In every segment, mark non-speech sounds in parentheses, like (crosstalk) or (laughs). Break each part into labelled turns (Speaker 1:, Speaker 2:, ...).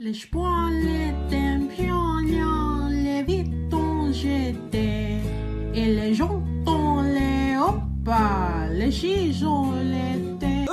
Speaker 1: Les poils étaient violents, les vitons jetés, et les jantons, les opas, les chisons, les thés.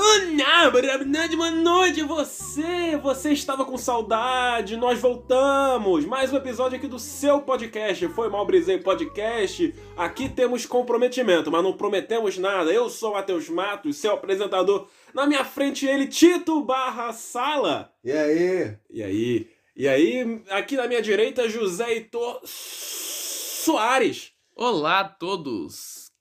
Speaker 2: Ah, é de boa noite você! Você estava com saudade, nós voltamos! Mais um episódio aqui do seu podcast, Foi Mal Brisei Podcast. Aqui temos comprometimento, mas não prometemos nada. Eu sou o Matheus Matos, seu apresentador. Na minha frente ele, Tito Barra Sala.
Speaker 3: E aí?
Speaker 2: E aí? E aí, aqui na minha direita, José Heitor Soares.
Speaker 4: Olá a todos!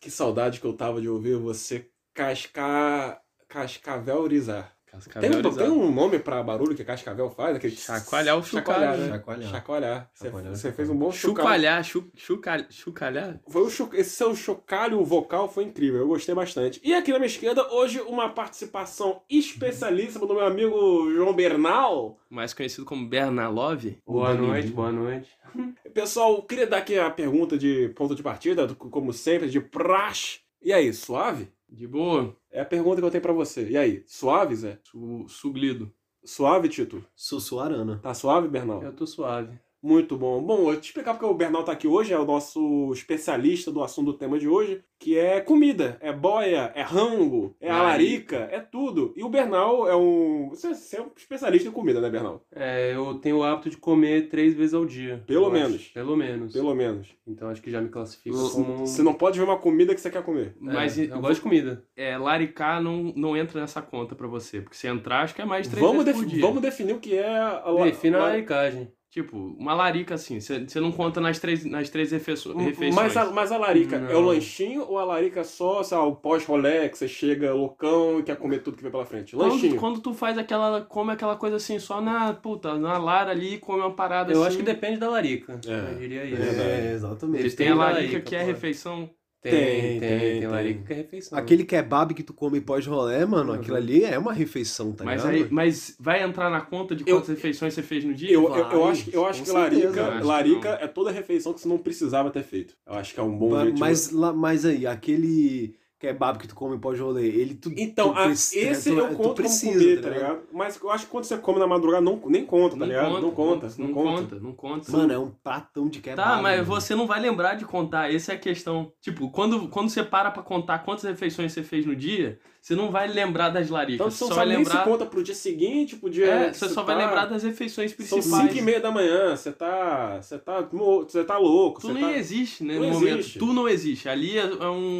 Speaker 2: Que saudade que eu tava de ouvir você cascar... cascavelizar.
Speaker 4: É
Speaker 2: Tem, um- tem um nome pra barulho que cascavel faz? Aquele...
Speaker 4: Chacoalhar o
Speaker 2: Chacoalhar,
Speaker 4: chocalho.
Speaker 2: né?
Speaker 3: Chacoalhar.
Speaker 2: Chacoalhar. Você-
Speaker 3: Chacoalhar,
Speaker 2: Você
Speaker 3: chacoalhar.
Speaker 2: fez um bom chocalho.
Speaker 4: Chucalhar, chu- chucalhar, chucalhar?
Speaker 2: Foi o cho- Esse seu chocalho vocal foi incrível, eu gostei bastante. E aqui na minha esquerda, hoje, uma participação especialíssima do meu amigo João Bernal.
Speaker 4: Mais conhecido como Bernalove.
Speaker 3: Boa noite, boa
Speaker 4: noite.
Speaker 2: Pessoal, queria dar aqui a pergunta de ponto de partida, do- como sempre, de praxe. E aí, suave?
Speaker 4: De boa?
Speaker 2: É a pergunta que eu tenho pra você. E aí, suave, Zé?
Speaker 4: Su- suglido.
Speaker 2: Suave, Tito?
Speaker 3: Sussuarana.
Speaker 2: Tá suave, Bernal?
Speaker 4: Eu tô suave.
Speaker 2: Muito bom. Bom, eu te explicar porque o Bernal tá aqui hoje, é o nosso especialista do assunto do tema de hoje, que é comida, é boia, é rango, é alarica, é tudo. E o Bernal é um... Você você é um especialista em comida, né, Bernal?
Speaker 5: É, eu tenho o hábito de comer três vezes ao dia.
Speaker 2: Pelo
Speaker 5: eu
Speaker 2: menos.
Speaker 5: acho. Pelo menos.
Speaker 2: Pelo menos.
Speaker 5: Então acho que já me classifico
Speaker 4: Você-
Speaker 5: como. um
Speaker 2: Você não pode ver uma comida que você quer comer.
Speaker 5: É,
Speaker 4: Mas
Speaker 5: eu gosto de comida.
Speaker 4: é, laricar não, não entra nessa conta pra você. Porque se entrar, acho que é mais de três
Speaker 2: Vamos,
Speaker 4: vezes por
Speaker 2: defi-
Speaker 4: dia.
Speaker 2: vamos definir o que é... A... la-
Speaker 5: Defina a
Speaker 2: la-
Speaker 5: laricagem.
Speaker 4: Tipo, uma larica assim. Você não conta nas três, nas três refeiço- refeições.
Speaker 2: Um, Mas a, mas a larica é o
Speaker 5: Não.
Speaker 2: lanchinho ou a larica só, sei lá, o pós-rolé que você chega loucão e quer comer tudo que vem pela frente?
Speaker 4: Quando,
Speaker 2: Lanchinho.
Speaker 4: quando tu faz aquela. come aquela coisa assim, só na puta, na lara ali e come uma parada
Speaker 5: Eu
Speaker 4: assim.
Speaker 5: acho que depende da larica.
Speaker 2: É.
Speaker 5: Eu diria isso.
Speaker 2: verdade.
Speaker 3: É, exatamente.
Speaker 4: Tem,
Speaker 5: Tem
Speaker 4: a
Speaker 5: larica,
Speaker 4: larica que é
Speaker 5: pô.
Speaker 4: refeição.
Speaker 5: Tem,
Speaker 2: Tem,
Speaker 5: tem, tem,
Speaker 2: tem,
Speaker 5: larica
Speaker 2: tem.
Speaker 5: que é refeição.
Speaker 3: Aquele kebab que tu come pós-rolé, mano,
Speaker 5: Uhum.
Speaker 3: aquilo ali é uma refeição, tá
Speaker 4: mas, aí,
Speaker 3: ligado?
Speaker 4: mas vai entrar na conta de
Speaker 2: Eu-
Speaker 4: quantas refeições você fez no dia?
Speaker 2: Eu, eu, eu
Speaker 3: Vai,
Speaker 2: acho, que- eu acho
Speaker 3: com
Speaker 2: que
Speaker 3: certeza, né?
Speaker 2: larica,
Speaker 4: eu acho que
Speaker 2: larica
Speaker 4: não.
Speaker 2: é toda a refeição que você não precisava ter feito. Eu acho que é um bom
Speaker 3: Ba-
Speaker 2: objetivo.
Speaker 3: mas, lá- mas aí, aquele kebab que tu come pós-rolê, ele tu.
Speaker 2: Então,
Speaker 3: tu
Speaker 2: a-
Speaker 3: preci-
Speaker 2: esse
Speaker 3: tu- é
Speaker 2: eu
Speaker 3: tu
Speaker 2: conto
Speaker 3: precisa,
Speaker 2: como comer,
Speaker 3: tá
Speaker 2: tá ligado? Mas eu acho que quando você come na madrugada, não, nem conta, tá ligado? não conta, não, conta.
Speaker 4: não conta.
Speaker 3: Mano, é um pratão de kebab.
Speaker 4: Tá, mas
Speaker 3: mano.
Speaker 4: você não vai lembrar de contar, essa é a questão. Tipo, quando, quando você para pra contar quantas refeições você fez no dia, você não vai lembrar das laricas.
Speaker 2: Então
Speaker 4: você
Speaker 2: você não
Speaker 4: só vai
Speaker 2: sabe nem se
Speaker 4: lembrar.
Speaker 2: conta pro dia seguinte, pro dia.
Speaker 4: É,
Speaker 2: que
Speaker 4: você só
Speaker 2: tá-
Speaker 4: vai lembrar das refeições
Speaker 2: São
Speaker 4: principais.
Speaker 2: 5 e meia da manhã, você tá. Você tá. mo- Você tá louco.
Speaker 4: Tu
Speaker 2: você
Speaker 4: nem
Speaker 2: tá...
Speaker 4: existe, né?
Speaker 2: Não
Speaker 4: no
Speaker 2: existe.
Speaker 4: momento. Tu não existe. Ali é, é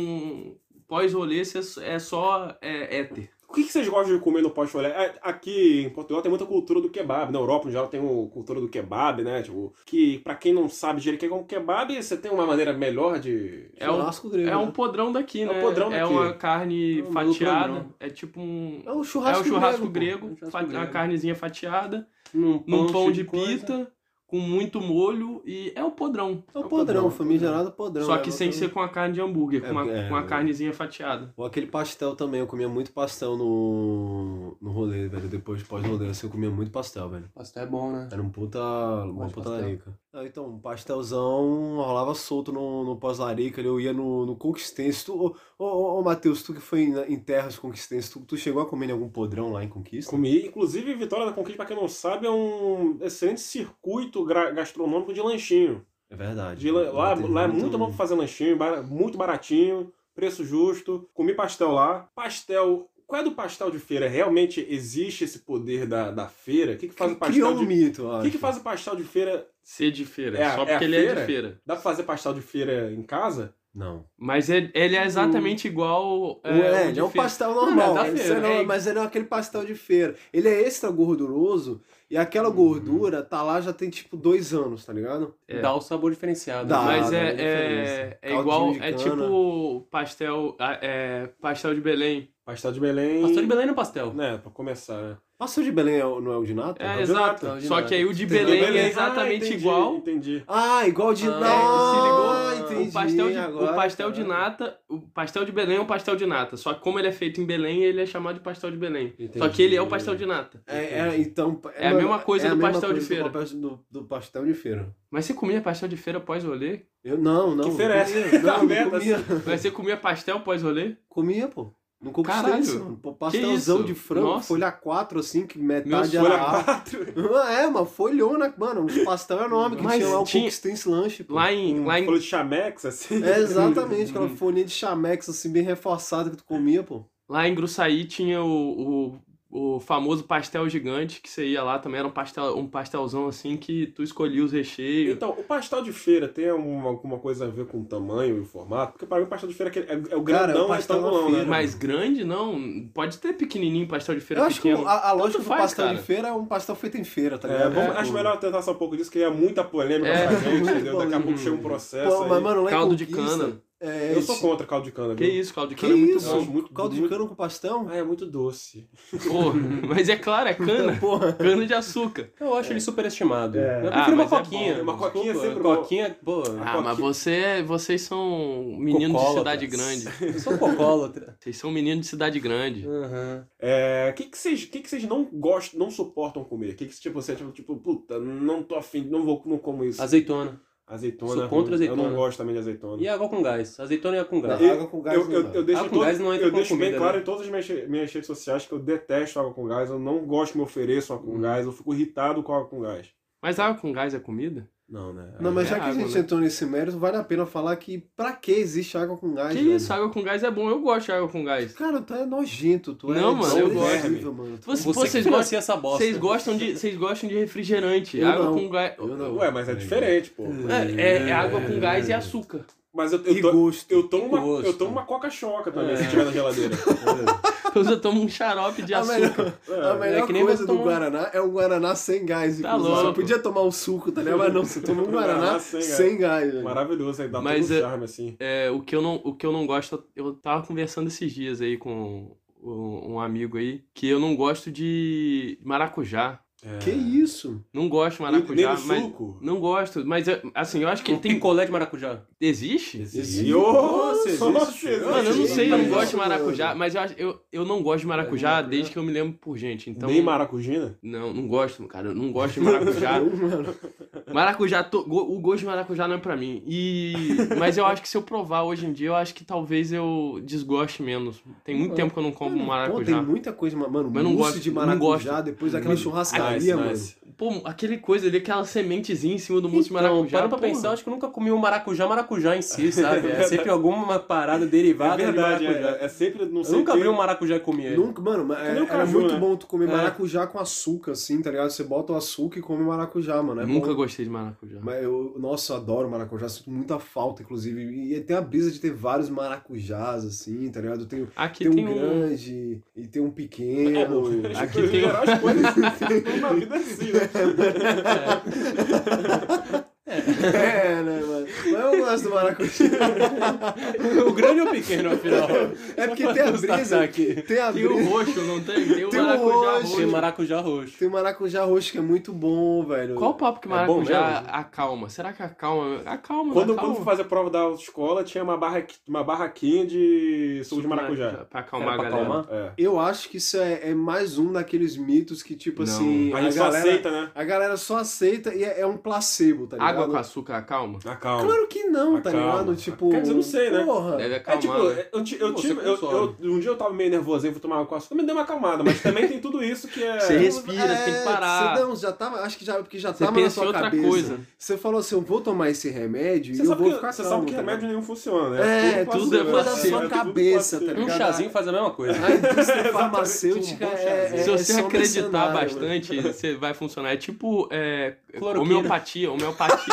Speaker 4: um. Pós-rolê, você é só é, éter.
Speaker 2: O que que vocês gostam de comer no pós-folha? É, Aqui em Portugal tem muita cultura do kebab. Na Europa, no geral, tem uma cultura do kebab, né? Tipo, que pra quem não sabe direito o que é um kebab, você tem uma maneira melhor de...
Speaker 4: É um,
Speaker 3: Churrasco grego,
Speaker 4: é um
Speaker 3: né?
Speaker 4: podrão daqui,
Speaker 2: É um
Speaker 4: né?
Speaker 2: podrão
Speaker 4: é
Speaker 2: daqui.
Speaker 4: uma carne
Speaker 5: É um belo
Speaker 4: fatiada.
Speaker 5: podrão.
Speaker 4: É tipo um.
Speaker 3: É um
Speaker 4: É
Speaker 3: churrasco
Speaker 4: um
Speaker 3: grego.
Speaker 4: churrasco
Speaker 3: pô.
Speaker 4: grego,
Speaker 5: É um churrasco
Speaker 4: fa- uma
Speaker 5: grego.
Speaker 4: carnezinha fatiada,
Speaker 5: Num
Speaker 2: Um
Speaker 4: num pão
Speaker 5: cheio
Speaker 4: de
Speaker 5: coisa.
Speaker 4: pita, com muito molho e é o podrão.
Speaker 3: É um podrão, famigerado podrão.
Speaker 4: Só
Speaker 3: né?
Speaker 4: que sem ser com a carne de hambúrguer,
Speaker 3: É,
Speaker 4: com uma,
Speaker 3: é,
Speaker 4: com uma
Speaker 3: é.
Speaker 4: carnezinha fatiada.
Speaker 3: Ou aquele pastel também, eu comia muito pastel no, no rolê, velho. Depois pós-rolê, assim, eu comia muito pastel, velho.
Speaker 5: Pastel é bom, né?
Speaker 3: Era um puta. Uma
Speaker 5: Gosto de
Speaker 3: puta
Speaker 5: pastel.
Speaker 3: larica. Ah, então, um pastelzão rolava solto no, no pós-larica, ali, eu ia no, no Conquistense. Tu, ô, ô, ô, ô, Matheus, tu que foi em, em terras Conquistense, tu, tu chegou a comer em algum podrão lá em Conquista?
Speaker 2: Comi. Inclusive, Vitória da Conquista, pra quem não sabe, é um excelente circuito gra- gastronômico de lanchinho.
Speaker 3: É verdade.
Speaker 2: De lan- lá,
Speaker 3: Teve
Speaker 2: lá é muito
Speaker 3: um-
Speaker 2: bom pra fazer lanchinho, bara- muito baratinho, preço justo. Comi pastel lá. Pastel... Qual é do pastel de feira? Realmente existe esse poder da, da feira? O que, que faz o pastel
Speaker 3: Criou
Speaker 2: de
Speaker 3: um mito, eu
Speaker 2: O
Speaker 3: acho.
Speaker 2: que, que faz o pastel de feira?
Speaker 4: Ser de feira,
Speaker 2: É,
Speaker 4: só
Speaker 2: é
Speaker 4: porque
Speaker 2: a
Speaker 4: ele é
Speaker 2: feira?
Speaker 4: de feira.
Speaker 2: Dá pra fazer pastel de feira em casa?
Speaker 3: Não.
Speaker 4: Mas ele, ele é exatamente igual.
Speaker 3: É, Ué,
Speaker 4: o
Speaker 3: ele
Speaker 4: de
Speaker 3: é um
Speaker 4: feira.
Speaker 3: pastel
Speaker 4: é
Speaker 3: normal,
Speaker 4: da
Speaker 3: ele-
Speaker 4: feira,
Speaker 3: isso não é-
Speaker 4: é-
Speaker 3: mas ele é aquele pastel de feira. Ele é extra gorduroso e aquela gordura tá lá já tem tipo dois anos, tá ligado?
Speaker 4: É.
Speaker 5: Dá o sabor diferenciado. né?
Speaker 3: Dá.
Speaker 4: Mas
Speaker 3: dá
Speaker 4: é,
Speaker 3: uma diferença.
Speaker 4: é, é
Speaker 3: Caldinho
Speaker 4: igual.
Speaker 3: de
Speaker 4: É
Speaker 3: cana.
Speaker 4: tipo pastel. ah, É, pastel de Belém.
Speaker 2: Pastel de Belém.
Speaker 5: Pastel de Belém não é pastel.
Speaker 2: Né, pra começar, né?
Speaker 3: Pastel de Belém é o- não é o de nata?
Speaker 4: É,
Speaker 2: de
Speaker 4: exato.
Speaker 2: nata,
Speaker 5: de
Speaker 4: Só
Speaker 5: nata.
Speaker 4: que aí o de
Speaker 3: Tem
Speaker 4: Belém
Speaker 2: Belém.
Speaker 4: é
Speaker 2: Ah,
Speaker 4: exatamente
Speaker 2: entendi,
Speaker 4: igual.
Speaker 2: Entendi.
Speaker 3: Ah, igual de
Speaker 5: Ah,
Speaker 3: nata. Ah,
Speaker 4: é,
Speaker 5: se ligou?
Speaker 3: entendi,
Speaker 4: O pastel, de,
Speaker 3: agora, tá.
Speaker 4: o pastel de
Speaker 3: caralho.
Speaker 4: nata, o pastel de Belém é um pastel de nata. Só que como ele é feito em Belém, ele é chamado de pastel de Belém. Só que ele é o pastel de nata.
Speaker 3: É, é, então,
Speaker 4: É a mesma coisa
Speaker 3: é a
Speaker 4: do
Speaker 3: mesma
Speaker 4: pastel de
Speaker 3: coisa
Speaker 4: feira.
Speaker 3: Do, pastel- do- do pastel de feira.
Speaker 4: Mas você comia pastel de feira pós-rolê?
Speaker 3: Eu não, não.
Speaker 2: Que feira
Speaker 3: não
Speaker 2: é essa?
Speaker 4: (laughs)
Speaker 3: comia,
Speaker 2: Tá
Speaker 3: Não, não
Speaker 4: assim.
Speaker 2: aberta
Speaker 3: comia.
Speaker 4: Mas você comia pastel pós-rolê?
Speaker 3: Comia, pô. No Conquistense,
Speaker 4: Caralho,
Speaker 3: mano. Pô,
Speaker 4: isso?
Speaker 3: Pastelzão de frango,
Speaker 4: Nossa.
Speaker 3: folha 4, assim, que
Speaker 4: Meus
Speaker 3: metade
Speaker 2: Folha
Speaker 3: era ar.
Speaker 2: 4.
Speaker 3: (laughs) É, mano, folhona, mano, um pastel enorme que
Speaker 4: Mas
Speaker 3: tinha lá o
Speaker 4: tinha-
Speaker 3: Conquistense Lanche. pô.
Speaker 4: Lá em. Lá em
Speaker 2: Falou de chamex, Um assim.
Speaker 3: É, exatamente, aquela folhinha de chamex, assim, bem reforçada que tu comia, pô.
Speaker 4: Lá em Gruçaí tinha o, o, o famoso pastel gigante, que você ia lá também, era um, pastel, um pastelzão assim que tu escolhia os recheios.
Speaker 2: (laughs) Então, o pastel de feira tem alguma, alguma coisa a ver com o tamanho e o formato? Porque para mim o pastel de feira é aquele- é, é o
Speaker 3: Cara, é o
Speaker 2: grandão
Speaker 3: pastel na
Speaker 2: retangulão, né?
Speaker 3: feira.
Speaker 4: Mas grande não, pode ter pequenininho, pastel de feira
Speaker 3: Eu acho que
Speaker 4: pequeno.
Speaker 3: a, a lógica do
Speaker 4: faz,
Speaker 3: pastel
Speaker 4: cara.
Speaker 3: de feira é um pastel feito em feira, tá
Speaker 2: É,
Speaker 3: ligado?
Speaker 2: vamos- acho melhor tentar só um pouco disso, que é muita polêmica
Speaker 4: É.
Speaker 2: pra gente, entendeu? Daqui a pouco
Speaker 4: Polêmica.
Speaker 2: chega um processo
Speaker 3: Pô,
Speaker 2: aí.
Speaker 3: mas, mano, lá em
Speaker 4: Caldo de
Speaker 3: Conquista,
Speaker 4: cana.
Speaker 3: É,
Speaker 2: Eu sou
Speaker 3: esse-
Speaker 2: contra caldo de cana,
Speaker 4: Que
Speaker 2: viu?
Speaker 4: isso, caldo de
Speaker 3: Que
Speaker 4: cana é muito
Speaker 3: isso?
Speaker 4: bom.
Speaker 2: muito-
Speaker 3: Caldo de
Speaker 2: muito-
Speaker 3: cana com pastão? (laughs)
Speaker 2: Ah, é muito doce.
Speaker 4: Pô, mas é claro, é
Speaker 5: Então.
Speaker 4: cana.
Speaker 3: Porra.
Speaker 4: Cana de açúcar.
Speaker 5: Eu acho ele superestimado.
Speaker 2: É.
Speaker 5: Eu
Speaker 4: Ah,
Speaker 5: prefiro uma
Speaker 4: mas é
Speaker 5: coquinha.
Speaker 2: bom. Uma coquinha
Speaker 5: Desculpa,
Speaker 2: é sempre bom.
Speaker 5: Coquinha, pô.
Speaker 4: Ah, mas você, vocês são meninos de
Speaker 5: Cocólatra.
Speaker 4: cidade grande.
Speaker 5: Eu sou cocólatra.
Speaker 4: Vocês são meninos de cidade grande.
Speaker 5: Aham.
Speaker 2: É, o que que vocês que que vocês não gostam, não suportam comer? O que que tipo, você tipo, tipo, puta, não tô afim, não vou, não como isso.
Speaker 5: Azeitona.
Speaker 2: Azeitona.
Speaker 5: Sou
Speaker 2: é
Speaker 5: contra
Speaker 2: ruim. Eu
Speaker 5: azeitona.
Speaker 2: não gosto também de azeitona.
Speaker 5: E água com gás. Azeitona e água com gás.
Speaker 2: Eu-
Speaker 3: água com gás
Speaker 2: Eu,
Speaker 3: (laughs) não
Speaker 2: eu,
Speaker 3: dá.
Speaker 2: eu deixo,
Speaker 5: Água com
Speaker 2: todo-
Speaker 5: gás não entra
Speaker 2: eu
Speaker 5: como
Speaker 2: deixo bem
Speaker 5: comida,
Speaker 2: claro
Speaker 5: né?
Speaker 2: em todas as minhas, minhas redes sociais que eu detesto água com gás, eu não gosto que me ofereçam água com gás, eu fico irritado com água com gás.
Speaker 4: Mas água com gás é comida?
Speaker 2: Não, né?
Speaker 3: Não, mas
Speaker 4: É
Speaker 3: já que a
Speaker 4: água,
Speaker 3: gente
Speaker 4: né?
Speaker 3: entrou nesse mérito, vale a pena falar que pra que existe água com gás?
Speaker 4: Que
Speaker 3: velho?
Speaker 4: isso, água com gás é bom. Eu gosto de água com gás.
Speaker 3: Cara, tu é nojento, tu é
Speaker 4: Não, mano,
Speaker 2: eu
Speaker 3: desprezível, mano. Tu-
Speaker 4: Você-
Speaker 5: Você
Speaker 4: vocês
Speaker 5: que
Speaker 4: gostam-
Speaker 5: financia essa bosta.
Speaker 4: Vocês gostam de, vocês gostam de refrigerante?
Speaker 3: Eu
Speaker 4: água
Speaker 3: não.
Speaker 4: com gás.
Speaker 3: Eu não.
Speaker 2: Ué, mas é diferente, pô.
Speaker 4: É, é- é água com gás e açúcar. (laughs)
Speaker 2: Mas eu,
Speaker 3: Que
Speaker 2: eu, to-
Speaker 3: gosto.
Speaker 2: eu tomo
Speaker 5: Que
Speaker 2: uma,
Speaker 5: gosto.
Speaker 2: eu tomo uma coca-choca também,
Speaker 5: É.
Speaker 2: se tiver na geladeira.
Speaker 4: Eu já tomo um xarope de
Speaker 3: (laughs) A
Speaker 4: açúcar.
Speaker 3: melhor,
Speaker 2: É.
Speaker 3: a melhor
Speaker 5: que nem
Speaker 3: coisa
Speaker 5: você
Speaker 3: do
Speaker 5: toma-
Speaker 3: Guaraná é um Guaraná sem gás.
Speaker 4: Tá
Speaker 3: inclusive.
Speaker 4: louco.
Speaker 3: Você podia tomar um suco, tá ligado? Mas não, você toma um Guaraná sem gás. velho.
Speaker 2: Maravilhoso, aí dá
Speaker 4: Mas
Speaker 2: todo um
Speaker 4: é-
Speaker 2: charme, assim.
Speaker 4: É, o, que eu não, o que eu não gosto, eu tava conversando esses dias aí com um, um amigo aí, que eu não gosto de maracujá.
Speaker 2: É.
Speaker 3: Que isso?
Speaker 4: Não gosto de
Speaker 2: Nem- Nem
Speaker 4: maracujá,
Speaker 2: no
Speaker 4: mas.
Speaker 2: suco.
Speaker 4: Não gosto, mas é, assim, eu acho que
Speaker 5: Um
Speaker 4: tem.
Speaker 5: picolé de maracujá.
Speaker 4: Existe?
Speaker 3: Existe.
Speaker 2: Nossa, oh, existe. Então,
Speaker 5: Nossa,
Speaker 4: Mano, eu não
Speaker 3: Existe,
Speaker 4: sei, eu não
Speaker 3: mas-
Speaker 4: gosto de maracujá, mas eu, acho- eu, eu não gosto de maracujá
Speaker 5: maracujá.
Speaker 4: desde que eu me lembro por gente. Então,
Speaker 2: Nem maracujina?
Speaker 4: não, não gosto, cara. Eu não gosto de
Speaker 3: (laughs)
Speaker 4: maracujá.
Speaker 3: Eu, mano.
Speaker 4: Maracujá, to- go- o gosto de maracujá não é pra mim. E mas eu acho que se eu provar hoje em dia, eu acho que talvez eu desgoste menos. Tem muito tempo que eu não como
Speaker 3: Pô, tem
Speaker 4: maracujá.
Speaker 3: muita coisa, mano.
Speaker 4: Mas não
Speaker 3: mousse
Speaker 4: gosto,
Speaker 3: de
Speaker 4: não
Speaker 3: maracujá
Speaker 4: gosto.
Speaker 3: depois daquela
Speaker 2: Nice,
Speaker 3: churrascaria, mano.
Speaker 2: nice.
Speaker 4: Pô, aquele coisa ali, aquela sementezinha em cima do mousse de
Speaker 5: Então,
Speaker 4: maracujá.
Speaker 5: parando pra
Speaker 4: porra.
Speaker 5: pensar, eu acho que eu nunca comi um maracujá maracujá em si, sabe?
Speaker 2: (laughs)
Speaker 5: É sempre alguma parada derivada
Speaker 2: É verdade,
Speaker 5: de maracujá.
Speaker 2: é, é sempre, não
Speaker 5: Eu
Speaker 2: sei
Speaker 5: nunca
Speaker 2: que-
Speaker 5: vi um maracujá e comi ele.
Speaker 3: Nunca, mano, mas
Speaker 2: nem
Speaker 3: é,
Speaker 2: o
Speaker 3: era
Speaker 2: caju,
Speaker 3: muito
Speaker 2: né?
Speaker 3: bom tu comer
Speaker 5: É.
Speaker 3: maracujá com açúcar, assim, tá ligado? Você bota o açúcar e come maracujá, mano. É
Speaker 4: Nunca
Speaker 3: bom.
Speaker 4: gostei de maracujá.
Speaker 3: Mas eu, nossa, eu adoro maracujá, sinto muita falta, inclusive. E tem a brisa de ter vários maracujás, assim, tá ligado? Tem,
Speaker 4: Aqui
Speaker 3: tem,
Speaker 4: tem,
Speaker 3: um
Speaker 4: um,
Speaker 3: grande e tem um
Speaker 2: É, bom,
Speaker 3: pequeno.
Speaker 2: as coisas,
Speaker 4: Aqui tem- um-
Speaker 2: em geral, as coisas estão na vida assim, né?
Speaker 3: É, né, mano? Mas eu gosto do maracujá.
Speaker 5: o grande ou o pequeno, (laughs) afinal?
Speaker 3: É porque tem a brisa
Speaker 5: aqui.
Speaker 3: Tem a
Speaker 4: tem o
Speaker 3: brisa.
Speaker 4: roxo, não tem? Tem o
Speaker 3: Tem o
Speaker 4: maracujá
Speaker 3: roxo.
Speaker 5: Tem
Speaker 4: roxo.
Speaker 5: maracujá roxo.
Speaker 3: Tem o maracujá roxo que é muito bom, velho.
Speaker 4: Qual o papo que
Speaker 5: É bom
Speaker 4: maracujá
Speaker 5: mesmo?
Speaker 4: acalma? Será que acalma? Acalma, né?
Speaker 2: Quando,
Speaker 4: acalma.
Speaker 2: quando eu fui fazer a prova da autoescola, tinha uma, barra, uma barraquinha de suco de maracujá.
Speaker 4: Pra acalmar
Speaker 5: Era
Speaker 4: a
Speaker 5: pra
Speaker 4: galera.
Speaker 5: acalmar?
Speaker 2: É.
Speaker 3: Eu acho que isso é, é mais um daqueles mitos que, tipo
Speaker 4: Não.
Speaker 3: assim,
Speaker 2: A
Speaker 3: a,
Speaker 2: gente só
Speaker 3: galera,
Speaker 2: aceita, né?
Speaker 3: a galera só aceita e é, é um placebo, tá ligado?
Speaker 4: Água com açúcar acalma?
Speaker 2: Ah, calma.
Speaker 3: Claro que não, tá
Speaker 2: Acalma.
Speaker 3: ligado? Tipo.
Speaker 2: Quer dizer, eu não sei, né?
Speaker 3: Porra.
Speaker 4: Deve
Speaker 2: É
Speaker 4: acalmar.
Speaker 2: tipo,
Speaker 4: né?
Speaker 2: eu, ti- eu
Speaker 5: Você
Speaker 2: tive. eu-
Speaker 5: consome.
Speaker 2: eu- um dia eu tava meio nervosinho, fui tomar uma coça, me deu uma acalmada, mas também tem tudo isso que é.
Speaker 4: Você respira,
Speaker 3: É,
Speaker 4: você tem que parar.
Speaker 3: Você, não, já tava, acho que já, porque já
Speaker 4: Você
Speaker 3: tava na
Speaker 4: pensa
Speaker 3: sua
Speaker 4: em outra
Speaker 3: cabeça.
Speaker 4: coisa.
Speaker 3: Você falou assim, eu vou tomar esse remédio
Speaker 2: Você
Speaker 3: e eu
Speaker 2: sabe
Speaker 3: vou
Speaker 2: que,
Speaker 3: ficar
Speaker 2: você
Speaker 3: calmo,
Speaker 2: sabe que
Speaker 3: tá ligado?
Speaker 2: remédio nenhum funciona, né?
Speaker 3: É, tudo é
Speaker 4: tudo
Speaker 3: coisa da
Speaker 4: placebo,
Speaker 2: é
Speaker 3: sua
Speaker 2: tudo
Speaker 3: cabeça,
Speaker 2: placebo.
Speaker 3: tá
Speaker 5: Um
Speaker 3: ligado?
Speaker 5: chazinho faz a mesma coisa.
Speaker 3: A (laughs) indústria farmacêutica
Speaker 5: Exatamente.
Speaker 3: é, é-
Speaker 4: Se
Speaker 3: é
Speaker 4: você
Speaker 3: só
Speaker 4: acreditar
Speaker 3: mercenário, mano.
Speaker 4: bastante, você vai funcionar. É tipo é,
Speaker 5: Cloroquina.
Speaker 4: homeopatia, homeopatia.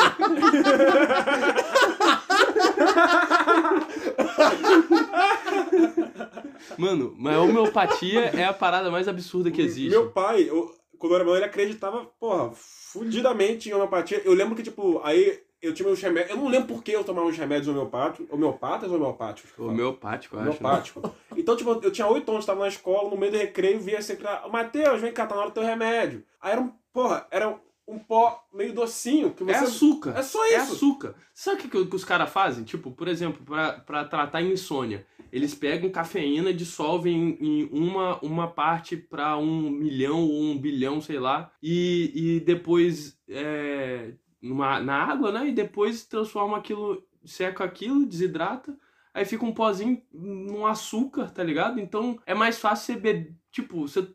Speaker 4: Mano, mas homeopatia é a parada mais absurda que existe.
Speaker 2: Meu pai, eu- quando eu era menor, ele acreditava, porra, fudidamente em homeopatia. Eu lembro que, tipo, aí eu tinha meus remédios. Eu não lembro por que eu tomava uns remédios homeopáticos. Homeopatas ou homeopáticos? que fala?
Speaker 4: Homeopático, eu acho. né?
Speaker 2: Homeopático. Então, tipo, eu tinha 8 anos, tava na escola, no meio do recreio, via sempre, Matheus, vem cá, tá na hora do teu remédio. Aí era um, porra, era um, um pó meio docinho que você.
Speaker 4: É açúcar.
Speaker 2: É só
Speaker 4: É
Speaker 2: isso.
Speaker 4: açúcar. Sabe o que, que os caras fazem? Tipo, por exemplo, pra, pra tratar insônia, eles pegam cafeína, dissolvem em, em uma, uma parte pra um milhão ou um bilhão, sei lá, e, e depois é, numa- na água, né? E depois transforma aquilo, seca aquilo, desidrata. aí fica um pozinho no açúcar, tá ligado? Então é mais fácil você beber. Tipo, você.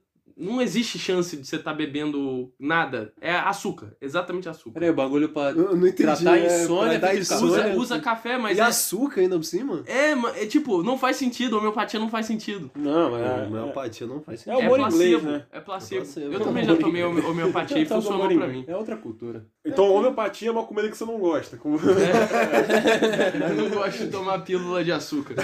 Speaker 4: Não existe chance de você estar bebendo nada. É açúcar, exatamente açúcar.
Speaker 5: Peraí, o bagulho pra
Speaker 3: Eu não entendi.
Speaker 5: tratar a
Speaker 3: é,
Speaker 5: insônia,
Speaker 3: pra dar
Speaker 5: fica de
Speaker 3: insônia.
Speaker 5: olha,
Speaker 4: Usa, usa café, mas
Speaker 3: né? e
Speaker 4: é,
Speaker 3: açúcar ainda por cima?
Speaker 4: é, ma- é tipo, não faz sentido, a homeopatia não faz sentido.
Speaker 2: Não, mas.
Speaker 3: É,
Speaker 2: é-
Speaker 3: homeopatia não faz
Speaker 2: É
Speaker 3: sentido.
Speaker 2: o humor
Speaker 4: placebo,
Speaker 2: inglês, né?
Speaker 4: É placebo.
Speaker 3: É placebo.
Speaker 4: Eu também já tomei home- homeopatia e
Speaker 5: (laughs) Tá, tá,
Speaker 4: funcionou
Speaker 5: Domingo,
Speaker 4: pra mim.
Speaker 5: É outra cultura.
Speaker 2: Então, homeopatia é uma comida que você não gosta. Como... (laughs)
Speaker 4: É. Eu não gosto de tomar pílula de açúcar.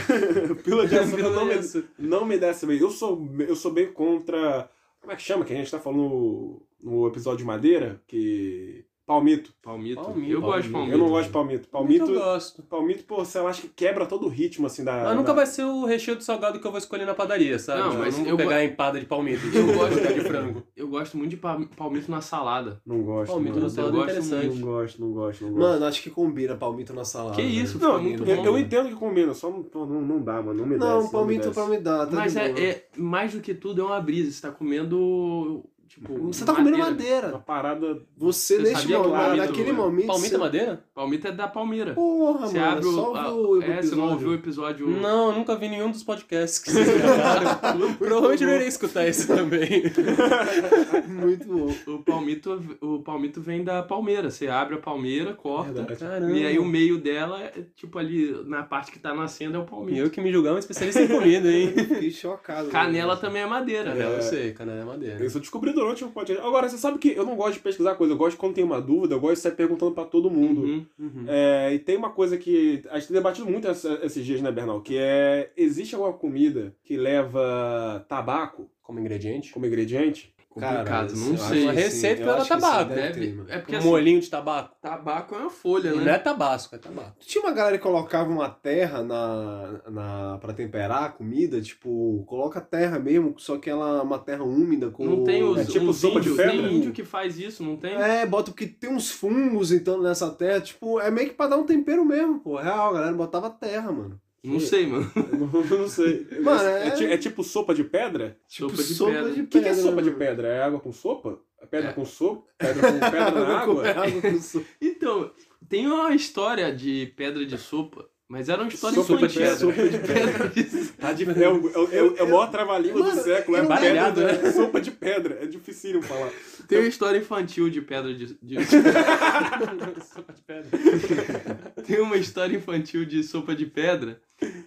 Speaker 2: Pílula
Speaker 5: (laughs)
Speaker 2: de açúcar não me,
Speaker 5: Isso.
Speaker 2: não me desce bem. Eu sou, eu sou bem contra. Como é que chama? Que a gente tá falando no, no episódio de madeira? Que. Palmito.
Speaker 4: Palmito.
Speaker 5: Palmito.
Speaker 4: Eu gosto de palmito.
Speaker 2: Eu não gosto de palmito.
Speaker 5: Palmito eu
Speaker 2: Palmito,
Speaker 5: gosto.
Speaker 2: palmito pô, você acha que quebra todo o ritmo, assim, da.
Speaker 5: Mas nunca
Speaker 2: da...
Speaker 5: vai ser o recheio do salgado que eu vou escolher na padaria, sabe?
Speaker 4: Não,
Speaker 5: Tipo,
Speaker 4: mas
Speaker 5: eu não
Speaker 4: eu
Speaker 5: vou pegar a empada de palmito. Eu vou
Speaker 4: gosto.
Speaker 5: pegar de frango.
Speaker 4: Eu gosto muito de pa- palmito na salada.
Speaker 2: Não gosto. não
Speaker 5: Palmito no
Speaker 4: gosto,
Speaker 5: salgado é
Speaker 4: eu gosto
Speaker 5: interessante.
Speaker 2: Não gosto, não gosto, não gosto.
Speaker 3: Mano, acho que combina palmito na salada. né? Tipo,
Speaker 4: Que isso,
Speaker 3: velho.
Speaker 2: Não,
Speaker 4: fica muito
Speaker 2: eu,
Speaker 4: bom. né?
Speaker 2: eu entendo que combina, só não, pô, não, não dá, mano. Não me desce.
Speaker 3: Não, palmito
Speaker 2: me desce.
Speaker 3: pra me dar, tá
Speaker 4: Mas
Speaker 3: de
Speaker 4: é,
Speaker 3: boa.
Speaker 4: é- mais do que tudo, é uma brisa. Você tá comendo. Tipo.
Speaker 3: Você tá comendo madeira.
Speaker 2: Uma parada.
Speaker 3: Você,
Speaker 4: Você
Speaker 3: neste
Speaker 4: sabia que
Speaker 3: momento,
Speaker 4: palmito-
Speaker 3: naquele momento...
Speaker 5: Palmito
Speaker 3: você-
Speaker 5: é madeira?
Speaker 4: Palmito é da palmeira.
Speaker 3: Porra,
Speaker 4: Você
Speaker 3: mano,
Speaker 4: abre
Speaker 3: só
Speaker 4: o. a-
Speaker 3: o, o
Speaker 4: é, você não ouviu o
Speaker 3: episódio.
Speaker 4: episódio.
Speaker 5: Não, eu nunca vi nenhum dos podcasts (laughs) que vocês gravaram. Provavelmente eu não irei escutar esse também.
Speaker 3: Muito bom.
Speaker 4: O palmito, o palmito vem da palmeira. Você abre a palmeira, corta.
Speaker 2: Verdade.
Speaker 5: Caramba.
Speaker 4: e aí o meio dela, é, tipo ali, na parte que tá nascendo, é o palmito.
Speaker 5: Eu que me julgava um especialista em comida, hein?
Speaker 3: Fiquei chocado.
Speaker 4: Canela
Speaker 3: mano.
Speaker 4: também é madeira, né?
Speaker 5: Canela, eu sei, canela é madeira.
Speaker 2: Isso eu descobri durante o podcast. Agora, você sabe que eu não gosto de pesquisar coisa, eu gosto quando tem uma dúvida, eu gosto de sair perguntando pra todo um mundo.
Speaker 4: Uhum.
Speaker 5: Uhum.
Speaker 2: É, e tem uma coisa que a gente tem debatido muito essa- esses dias, né, Bernal? Que é: existe alguma comida que leva tabaco
Speaker 5: Como ingrediente?
Speaker 2: como ingrediente? (laughs)
Speaker 4: é Complicado,
Speaker 3: Cara,
Speaker 4: não
Speaker 3: eu acho
Speaker 4: sei.
Speaker 3: que
Speaker 5: Uma
Speaker 3: sim,
Speaker 5: receita
Speaker 3: eu
Speaker 5: era
Speaker 3: acho que sim,
Speaker 5: tabaco,
Speaker 3: deve
Speaker 4: Deve-
Speaker 3: ter, mano.
Speaker 4: é porque
Speaker 5: Um
Speaker 4: assim,
Speaker 5: molhinho de tabaco.
Speaker 4: tabaco é uma folha,
Speaker 5: E
Speaker 4: né?
Speaker 5: não é tabasco, é
Speaker 3: (laughs)
Speaker 5: tabaco.
Speaker 3: Tinha uma galera que colocava uma terra na, na para temperar a comida, tipo, coloca terra mesmo, só que ela é uma terra úmida com
Speaker 4: Não tem os,
Speaker 2: É tipo
Speaker 4: uns
Speaker 2: sopa de
Speaker 4: índios,
Speaker 2: pedra?
Speaker 4: tem índio que faz isso, não tem?
Speaker 3: É, bota porque tem uns fungos então nessa terra, tipo, é meio que pra dar um tempero mesmo, pô. Real, a galera botava terra, mano.
Speaker 4: Não sei, mano.
Speaker 2: Eu não, eu não sei.
Speaker 3: (laughs) Mano,
Speaker 2: é,
Speaker 3: é-
Speaker 2: ti- é tipo sopa de pedra?
Speaker 3: Tipo,
Speaker 4: Sopa de pedra.
Speaker 2: O que, que é
Speaker 3: pedra,
Speaker 2: sopa de
Speaker 3: mano.
Speaker 2: pedra? É água com sopa? É Pedra
Speaker 4: É.
Speaker 2: com sopa? Pedra com pedra na água?
Speaker 3: Com (laughs) água com sopa.
Speaker 4: Então, tem uma história de pedra de sopa, mas era uma história
Speaker 2: Sopa de
Speaker 4: infantil.
Speaker 2: pedra.
Speaker 4: (laughs) Sopa de pedra. de-
Speaker 5: Tá de
Speaker 2: É o, é o- é o- é o maior trava-língua do
Speaker 3: Mano,
Speaker 2: século. É
Speaker 3: eu-
Speaker 2: pedra,
Speaker 5: Baralhado, né?
Speaker 2: é sopa de pedra. É dificílimo falar.
Speaker 4: Tem uma história infantil de pedra de, de-
Speaker 5: Sopa de pedra.
Speaker 4: Tem uma história infantil de sopa de pedra,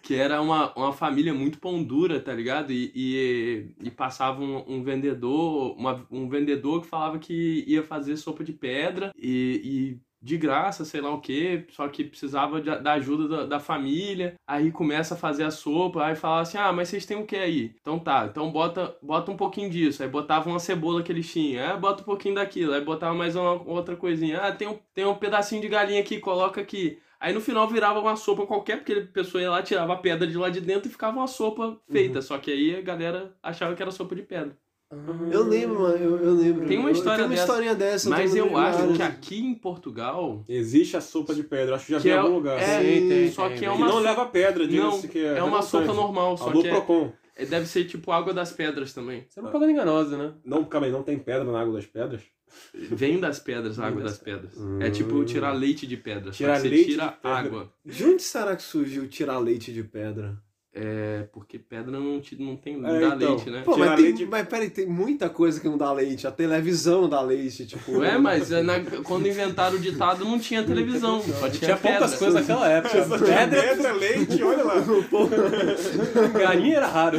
Speaker 4: que era uma, uma família muito pão dura, tá ligado? E, e, e passava um, um vendedor, uma- um vendedor que falava que ia fazer sopa de pedra e. e de graça, sei lá o quê, só que precisava de- da ajuda da, da família. Aí começa a fazer a sopa, aí fala assim: "Ah, mas vocês têm o que aí?". Então tá, então bota bota um pouquinho disso. Aí botava uma cebola que eles tinham. Ah, bota um pouquinho daquilo. Aí botava mais uma outra coisinha. Ah, tem um, tem um pedacinho de galinha aqui, coloca aqui. Aí no final virava uma sopa qualquer, porque a pessoa ia lá, tirava a pedra de lá de dentro e ficava uma sopa
Speaker 2: Uhum.
Speaker 4: feita. Só que aí a galera achava que era sopa de pedra.
Speaker 5: Ah,
Speaker 3: Eu lembro, mano, eu, eu lembro.
Speaker 4: Tem uma
Speaker 3: Eu-
Speaker 4: história
Speaker 3: Tem uma
Speaker 4: dessa.
Speaker 3: historinha dessa.
Speaker 4: Mas
Speaker 3: tô
Speaker 4: eu
Speaker 3: lembrando
Speaker 4: acho
Speaker 3: agora.
Speaker 4: que aqui em Portugal.
Speaker 2: Existe a sopa de pedra. Acho que já
Speaker 4: Que
Speaker 2: vi em
Speaker 4: é-
Speaker 2: algum lugar.
Speaker 4: é,
Speaker 3: Sim, tem,
Speaker 4: só
Speaker 5: tem,
Speaker 4: que é
Speaker 5: tem.
Speaker 2: Que não
Speaker 4: uma,
Speaker 2: leva pedra,
Speaker 4: Não,
Speaker 2: diga-se que é.
Speaker 4: é uma sopa
Speaker 2: revoltante.
Speaker 4: normal, só
Speaker 2: Alô,
Speaker 4: que é-
Speaker 2: Procon.
Speaker 4: é- deve ser tipo água das pedras também.
Speaker 5: Você é uma propaganda enganosa, né?
Speaker 2: Não, calma aí, não tem pedra na água das (laughs) pedras?
Speaker 4: Vem das pedras, a água das pedras. É tipo tirar leite de pedra.
Speaker 2: Hum.
Speaker 4: só
Speaker 2: Tirar
Speaker 4: que você
Speaker 2: leite
Speaker 4: tira
Speaker 2: de pedra.
Speaker 4: água.
Speaker 3: De onde será que surgiu tirar leite de pedra?
Speaker 4: É porque pedra não, te- não tem não
Speaker 2: É,
Speaker 4: dá
Speaker 2: então.
Speaker 4: leite, né?
Speaker 3: Pô,
Speaker 2: Tirar
Speaker 3: mas, tem,
Speaker 2: leite de-
Speaker 3: mas peraí, tem muita coisa que não dá leite. A televisão não dá leite, tipo. (laughs)
Speaker 4: É, mas é na- quando inventaram o ditado não
Speaker 2: (laughs)
Speaker 4: tinha televisão, só tinha,
Speaker 5: Tinha poucas
Speaker 4: pedra.
Speaker 5: coisas naquela época. Pedra,
Speaker 2: pedra, é leite, olha (laughs) lá.
Speaker 5: galinha era raro.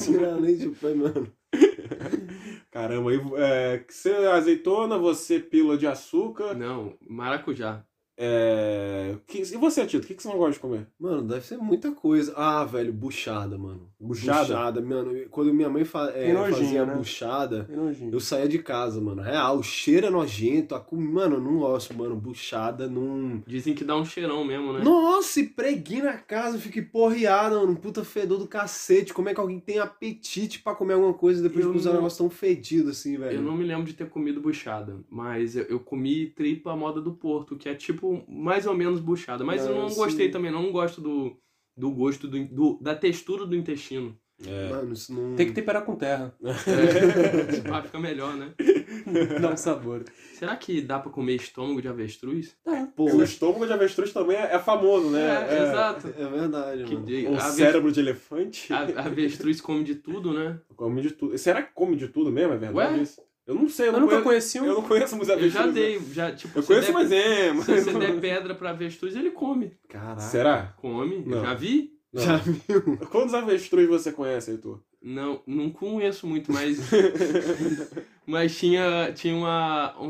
Speaker 3: Tirar leite de pedra, mano.
Speaker 2: Caramba, aí é, que você azeitona, você pila de açúcar.
Speaker 4: Não, maracujá.
Speaker 2: É, que- e você, Tito, o que, que você não gosta de comer?
Speaker 3: Mano, deve ser muita coisa. Ah, velho, buchada, mano.
Speaker 2: Buchada?
Speaker 3: mano. Quando minha mãe fa- é,
Speaker 5: Tem nojinho,
Speaker 3: fazia
Speaker 5: né?
Speaker 3: buchada, eu saía de casa, mano. Real, o cheiro é nojento. A com... Mano, eu não gosto, mano. Buchada não.
Speaker 4: Dizem que dá um cheirão mesmo, né?
Speaker 3: Nossa, e preguinho na casa, eu fiquei porreado, mano. Um Puta fedor do cacete. Como é que alguém tem apetite pra comer alguma coisa depois
Speaker 4: Eu
Speaker 3: de usar um
Speaker 4: não-
Speaker 3: negócio tão fedido assim, velho?
Speaker 4: Eu não me lembro de ter comido buchada, mas eu, eu comi tripa à moda do Porto, que é tipo mais ou menos buchada. Mas eu
Speaker 3: Não,
Speaker 4: não
Speaker 2: (laughs)
Speaker 3: sim.
Speaker 4: gostei também, não gosto do, do gosto, do, do- da textura do intestino.
Speaker 2: É,
Speaker 3: Mano, isso não.
Speaker 5: Tem que temperar com terra.
Speaker 4: É, esse pá fica melhor, né?
Speaker 5: Dá um sabor.
Speaker 4: Será que dá pra comer estômago de avestruz?
Speaker 3: Pô,
Speaker 2: O estômago de avestruz também é, é famoso, né?
Speaker 4: exato.
Speaker 3: é verdade,
Speaker 4: Que
Speaker 3: mano.
Speaker 4: de-
Speaker 2: O
Speaker 4: ave-
Speaker 2: cérebro de elefante
Speaker 4: a- avestruz come de tudo, né?
Speaker 2: come de tudo. Será que come de tudo mesmo? É verdade
Speaker 4: Ué?
Speaker 2: isso? Eu não sei, eu,
Speaker 5: Eu
Speaker 2: não
Speaker 5: nunca
Speaker 2: conheço.
Speaker 5: conheci um.
Speaker 2: Eu não conheço muitos (laughs)
Speaker 4: Eu
Speaker 2: avestruz.
Speaker 4: já
Speaker 2: né?
Speaker 4: dei, já, tipo,
Speaker 2: Eu
Speaker 4: se
Speaker 2: conheço,
Speaker 4: der-
Speaker 2: mas é,
Speaker 4: (laughs) Se
Speaker 2: mas. (laughs)
Speaker 4: você der pedra pra avestruz, ele come.
Speaker 5: Ah.
Speaker 3: Caraca.
Speaker 2: Será?
Speaker 4: Come,
Speaker 2: Não.
Speaker 4: eu já vi.
Speaker 2: Não.
Speaker 3: Já viu?
Speaker 2: Quantos avestruz você conhece, Heitor?
Speaker 4: Não, não conheço muito, mas. mas tinha, tinha uma. um-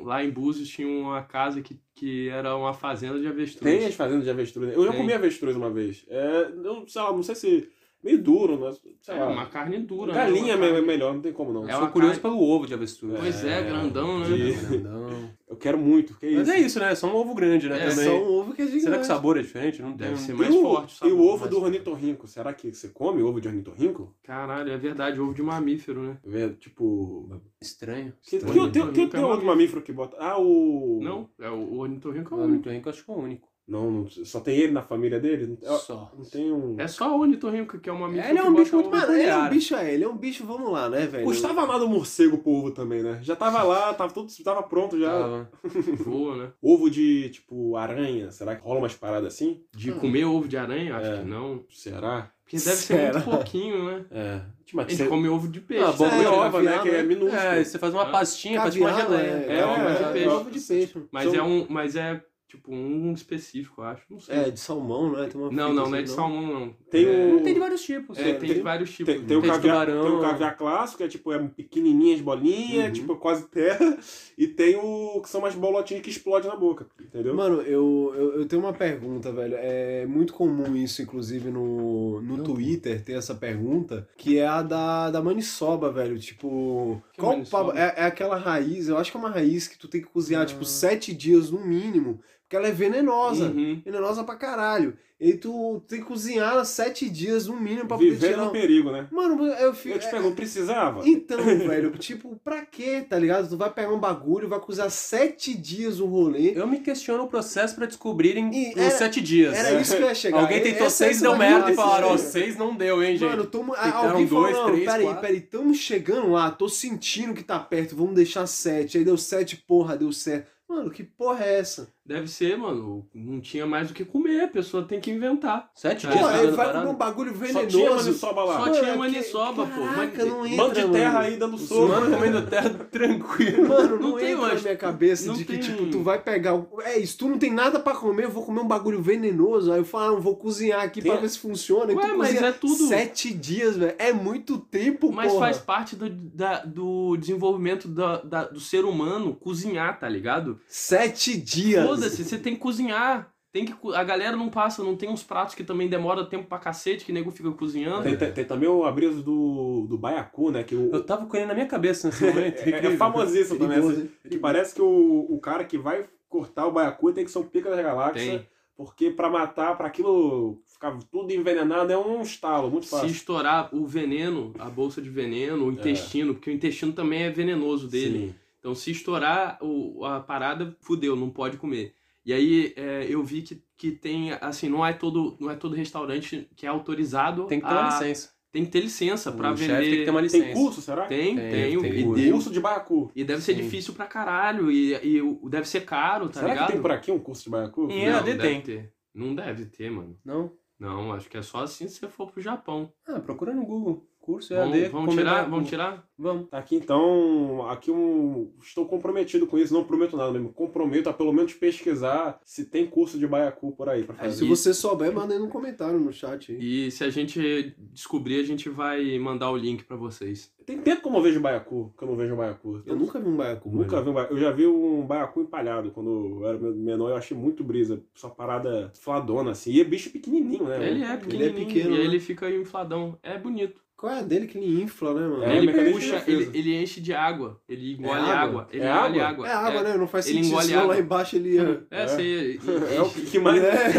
Speaker 4: um- lá em Búzios tinha uma casa que, que era uma fazenda de avestruz. É,
Speaker 2: Tem as fazendas de avestruz. né? Eu já
Speaker 4: Tem.
Speaker 2: comi avestruz uma vez. É, eu, sei lá, não sei se. Meio duro, né? Sei
Speaker 4: É
Speaker 2: lá.
Speaker 4: uma carne dura, né?
Speaker 2: Galinha
Speaker 4: Uma
Speaker 2: é
Speaker 4: carne-
Speaker 2: melhor, não tem como não.
Speaker 4: É
Speaker 5: Eu
Speaker 4: uma
Speaker 5: sou curioso
Speaker 4: carne-
Speaker 5: pelo ovo de avestruz.
Speaker 4: Pois é, grandão, né?
Speaker 2: de-
Speaker 5: Grandão.
Speaker 2: Eu quero muito, que
Speaker 5: Mas
Speaker 2: isso.
Speaker 5: é isso, né? É só um ovo grande, né?
Speaker 4: É,
Speaker 5: também.
Speaker 3: Só um ovo que é gigante.
Speaker 5: Será que o sabor é diferente? Não tem.
Speaker 4: Deve ser
Speaker 2: E
Speaker 4: mais
Speaker 2: o-
Speaker 4: forte, sabe?
Speaker 2: E o ovo
Speaker 4: Mais-
Speaker 2: do ornitorrinco, será que você come ovo de ornitorrinco?
Speaker 4: Caralho, é verdade, ovo de mamífero, né?
Speaker 2: É, tipo...
Speaker 5: Estranho.
Speaker 2: Que, que,
Speaker 3: Estranho.
Speaker 2: que, tem- que
Speaker 4: Ornitorrinco é
Speaker 2: tem outro
Speaker 4: mamífero.
Speaker 2: mamífero que bota... Ah, o...
Speaker 4: Não, é o o ornitorrinco é o
Speaker 5: O
Speaker 4: único.
Speaker 5: ornitorrinco eu acho que é o único.
Speaker 2: Não, não, só tem ele na família dele? Não, é-
Speaker 5: Só.
Speaker 2: não tem um...
Speaker 4: É só o ornitorrinco que é o mamífero.
Speaker 5: Ele é
Speaker 4: que
Speaker 5: um
Speaker 4: bota
Speaker 5: bicho muito
Speaker 4: ovo.
Speaker 5: mais-
Speaker 3: Mano, ele é um
Speaker 5: Cara.
Speaker 3: bicho, é, ele é um bicho, vamos lá, né, velho?
Speaker 2: Custava nada o morcego pro ovo também, né? Já tava lá, tava tudo, tava pronto já.
Speaker 5: Tava.
Speaker 4: Voa, né?
Speaker 2: Ovo de, tipo, aranha, será que rola umas paradas assim?
Speaker 4: De comer ovo de aranha? Acho
Speaker 2: É.
Speaker 4: que não.
Speaker 2: Será?
Speaker 4: Porque deve
Speaker 3: Será?
Speaker 4: ser muito pouquinho, né?
Speaker 2: É. Tipo, mas
Speaker 4: Ele
Speaker 2: você-
Speaker 4: come ovo de peixe.
Speaker 5: Ah,
Speaker 2: Isso
Speaker 5: bom,
Speaker 2: é,
Speaker 5: de
Speaker 2: ova, né?
Speaker 3: caviar,
Speaker 2: Que é
Speaker 3: né?
Speaker 2: minúsculo.
Speaker 5: É, você faz uma
Speaker 4: Hã?
Speaker 5: pastinha, faz tipo uma
Speaker 3: Caviar,
Speaker 5: geleia.
Speaker 3: né?
Speaker 4: É, ovo de peixe.
Speaker 3: ovo de peixe.
Speaker 4: mas, é um, mas é, tipo, um específico, eu acho. Não sei.
Speaker 3: É, de salmão, né? Tem
Speaker 4: não,
Speaker 3: uma fita
Speaker 4: não,
Speaker 3: assim,
Speaker 4: não é de salmão, não.
Speaker 2: Tem
Speaker 4: é,
Speaker 2: o...
Speaker 5: Tem de vários tipos.
Speaker 4: é,
Speaker 2: é,
Speaker 4: tem,
Speaker 2: tem-
Speaker 4: vários tipos.
Speaker 2: Tem, tem o
Speaker 5: Tem de
Speaker 2: caviar, tem
Speaker 5: tubarão.
Speaker 2: o caviar clássico, que é tipo, é pequenininha as bolinhas,
Speaker 3: Uhum.
Speaker 2: tipo, quase terra. (laughs) E tem o que são umas bolotinhas que explodem na boca, entendeu?
Speaker 3: Mano, eu, eu, eu tenho uma pergunta, velho. É muito comum isso, inclusive, no, no Twitter, ter essa pergunta, que é a da, da maniçoba, velho. Tipo,
Speaker 4: Que
Speaker 3: qual o
Speaker 4: maniçoba?
Speaker 3: papo- é, é aquela raiz, eu acho que é uma raiz que tu tem que cozinhar, tipo, sete dias no mínimo, porque ela é venenosa.
Speaker 4: Uhum.
Speaker 3: Venenosa pra caralho. E aí tu tem que cozinhar ela sete dias no mínimo pra poder
Speaker 2: Viver
Speaker 3: tirar. um-
Speaker 2: no perigo, né?
Speaker 3: Mano, eu fico. é,
Speaker 2: Eu te pergunto, precisava?
Speaker 3: Então, velho, tipo, pra quê, tá ligado? Tu vai pegar um bagulho, vai cozinhar sete dias o rolê.
Speaker 5: Eu me questiono o processo pra descobrirem
Speaker 3: E
Speaker 5: em
Speaker 3: era-
Speaker 5: sete dias. É.
Speaker 3: Era isso que eu ia chegar. é
Speaker 5: Alguém tentou
Speaker 3: Essa-
Speaker 5: seis
Speaker 3: essa
Speaker 5: deu
Speaker 3: vai
Speaker 5: merda e
Speaker 3: rolar,
Speaker 5: falaram, ó,
Speaker 3: essa-
Speaker 5: seis não deu, hein, gente.
Speaker 3: Mano, tamo, ah,
Speaker 5: Ficaram
Speaker 3: alguém
Speaker 5: dois,
Speaker 3: falou,
Speaker 5: três,
Speaker 3: não, peraí,
Speaker 5: quatro."
Speaker 3: peraí, tamo chegando lá, tô sentindo que tá perto, vamos deixar sete. Aí deu sete, porra, deu certo. Mano, que porra é essa?
Speaker 4: Deve ser, mano. Não tinha mais o que comer, a pessoa tem que inventar.
Speaker 5: sete
Speaker 4: Pô,
Speaker 3: é.
Speaker 5: dias
Speaker 3: Pô,
Speaker 5: fazendo
Speaker 3: aí vai
Speaker 5: tá parada?
Speaker 3: comer um bagulho
Speaker 2: Só tinha
Speaker 3: venenoso.
Speaker 2: maniçoba lá.
Speaker 4: Só
Speaker 3: Mano,
Speaker 4: tinha
Speaker 3: que-
Speaker 4: maniçoba, pô.
Speaker 3: Caraca,
Speaker 4: Mas-
Speaker 3: não entra,
Speaker 2: Bando de terra
Speaker 3: mano.
Speaker 2: aí dando
Speaker 5: Os é
Speaker 2: soco.
Speaker 5: humanos comendo terra (laughs) tranquilo.
Speaker 3: Mano, não,
Speaker 4: Não tem,
Speaker 3: entra
Speaker 4: eu
Speaker 3: na
Speaker 4: acho.
Speaker 3: minha cabeça
Speaker 4: Não
Speaker 3: de que,
Speaker 4: tem-
Speaker 3: tipo, tu vai pegar. o- É isso, tu não tem nada pra comer, eu vou comer um bagulho venenoso. Aí eu falo, ah, eu vou cozinhar aqui
Speaker 2: Tem-
Speaker 3: pra ver se funciona. e
Speaker 4: Ué,
Speaker 3: tu
Speaker 4: mas
Speaker 3: Então, cozinha
Speaker 4: é tudo-
Speaker 3: Sete dias, velho. É muito tempo,
Speaker 4: Mas
Speaker 3: porra.
Speaker 4: faz parte do, da- do desenvolvimento da- da- do ser humano cozinhar, tá ligado?
Speaker 3: Sete dias.
Speaker 4: Foda-se, você tem que cozinhar. Tem que, co- a galera não passa, não tem uns pratos que também demora tempo pra cacete, que nego fica cozinhando.
Speaker 2: Tem, tem- tem também o abriso do, do baiacu, né? Que o,
Speaker 5: Eu tava com ele na minha cabeça nesse
Speaker 2: é,
Speaker 5: momento.
Speaker 2: é
Speaker 5: incrível.
Speaker 2: famosíssimo também.
Speaker 3: Perigoso,
Speaker 2: assim,
Speaker 3: hein?
Speaker 2: que parece que o, o cara que vai cortar o baiacu tem que ser um pica da galáxia.
Speaker 4: Tem.
Speaker 2: Porque pra matar, pra aquilo ficar tudo envenenado é um estalo, muito
Speaker 4: Se
Speaker 2: fácil.
Speaker 4: estourar o veneno, a bolsa de veneno, o intestino, porque o intestino também é venenoso dele.
Speaker 2: Sim.
Speaker 4: Então, se estourar o- a parada, fudeu, não pode comer. E aí é, eu vi que, que tem, assim, não é, todo, não é todo restaurante que é autorizado.
Speaker 5: Tem que ter uma
Speaker 4: a-
Speaker 5: licença.
Speaker 4: Tem que ter licença Ah, pra
Speaker 5: o
Speaker 4: vender.
Speaker 5: chefe tem que ter uma licença.
Speaker 2: Tem curso, será?
Speaker 4: Tem,
Speaker 5: Tem,
Speaker 4: tem.
Speaker 5: tem
Speaker 4: e,
Speaker 5: curso.
Speaker 4: deu-
Speaker 2: Curso de baiacu.
Speaker 4: e deve ser
Speaker 5: Sim.
Speaker 4: difícil pra caralho. E, e o- deve ser caro, tá
Speaker 2: será
Speaker 4: ligado?
Speaker 2: que tem por aqui um curso de baiacu?
Speaker 5: Em EAD
Speaker 4: deve
Speaker 5: tem.
Speaker 4: ter. Não deve ter, mano.
Speaker 5: Não?
Speaker 4: Não, acho que é só assim se você for pro Japão.
Speaker 5: Ah, procura no Google. Curso é.
Speaker 4: Vamos,
Speaker 5: EAD.
Speaker 4: vamos
Speaker 5: comer
Speaker 4: tirar?
Speaker 5: barato.
Speaker 4: Vamos tirar?
Speaker 5: Vamos.
Speaker 2: Tá aqui então, aqui um. Estou comprometido com isso, não prometo nada mesmo. Comprometo a pelo menos pesquisar se tem curso de baiacu por aí pra
Speaker 3: Se
Speaker 2: fazer.
Speaker 4: Aí-
Speaker 3: você souber, manda aí no comentário no chat aí.
Speaker 4: E se a gente descobrir, a gente vai mandar o link pra vocês.
Speaker 2: Tem tempo que eu não vejo baiacu, que eu não vejo baiacu.
Speaker 3: Eu nunca vi um baiacu.
Speaker 2: Nunca
Speaker 3: velho.
Speaker 2: vi um baiacu. Eu já vi um baiacu empalhado quando eu era menor, eu achei muito brisa. Só parada fladona assim. E é bicho pequenininho, né?
Speaker 4: Ele é
Speaker 3: Ele é
Speaker 4: pequenininho
Speaker 3: pequeno,
Speaker 4: e aí
Speaker 3: né?
Speaker 4: ele fica infladão. É bonito.
Speaker 3: Qual é a dele que ele infla, né, mano?
Speaker 2: É,
Speaker 4: ele
Speaker 2: mecanismo de
Speaker 4: puxa,
Speaker 2: defesa.
Speaker 4: ele, ele enche de água. Ele engole
Speaker 3: água?
Speaker 4: água. Ele
Speaker 2: É
Speaker 4: engole
Speaker 2: água?
Speaker 4: água.
Speaker 3: É água, né? Não faz
Speaker 4: Ele
Speaker 3: sentido,
Speaker 4: engole
Speaker 3: senão
Speaker 4: água.
Speaker 3: lá embaixo ele
Speaker 4: (laughs)
Speaker 3: ia...
Speaker 4: É,
Speaker 2: É.
Speaker 4: você.
Speaker 2: É o que mais.
Speaker 3: É,